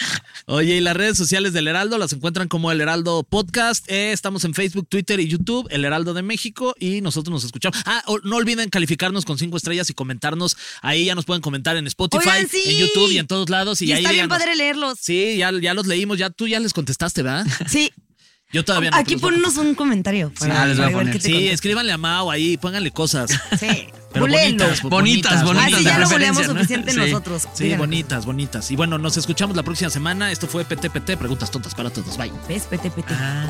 B: Oye, y las redes sociales del Heraldo las encuentran como El Heraldo Podcast. Eh, estamos en Facebook, Twitter y YouTube, El Heraldo de México, y nosotros nos escuchamos. Ah, o- no olviden calificarnos con cinco estrellas y comentarnos. Ahí ya nos pueden comentar en Spotify,
D: Oigan, sí.
B: en YouTube y en todos lados. Y,
D: Y
B: ahí
D: está bien
B: díganos.
D: padre leerlos.
B: Sí, ya, ya los leímos, ya tú ya les contestaste, ¿verdad?
D: Sí.
B: Yo todavía no.
D: Aquí
B: pero los voy
D: ponnos un comentario.
C: ah, les voy a
D: ver
C: poner.
D: qué
B: a-
D: te
B: Sí,
D: contesta.
B: escríbanle a Mao ahí, pónganle cosas.
D: Sí.
B: Pero
D: Buléenlo.
B: bonitas,
C: Bonitas,
D: Ah,
C: bonitas
D: sí,
C: de
D: ya lo
C: preferencia,
D: buleamos
C: ¿no?
D: suficiente
C: Sí.
D: nosotros.
B: Sí,
D: Díganos.
B: bonitas, bonitas. Y bueno, nos escuchamos la próxima semana. Esto fue PTPT, Preguntas Tontas para Todos. Bye.
D: ¿Ves? Pete, pete.
B: Ah,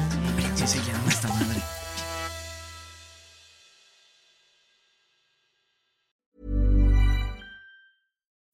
B: sí, sí, ya no está madre.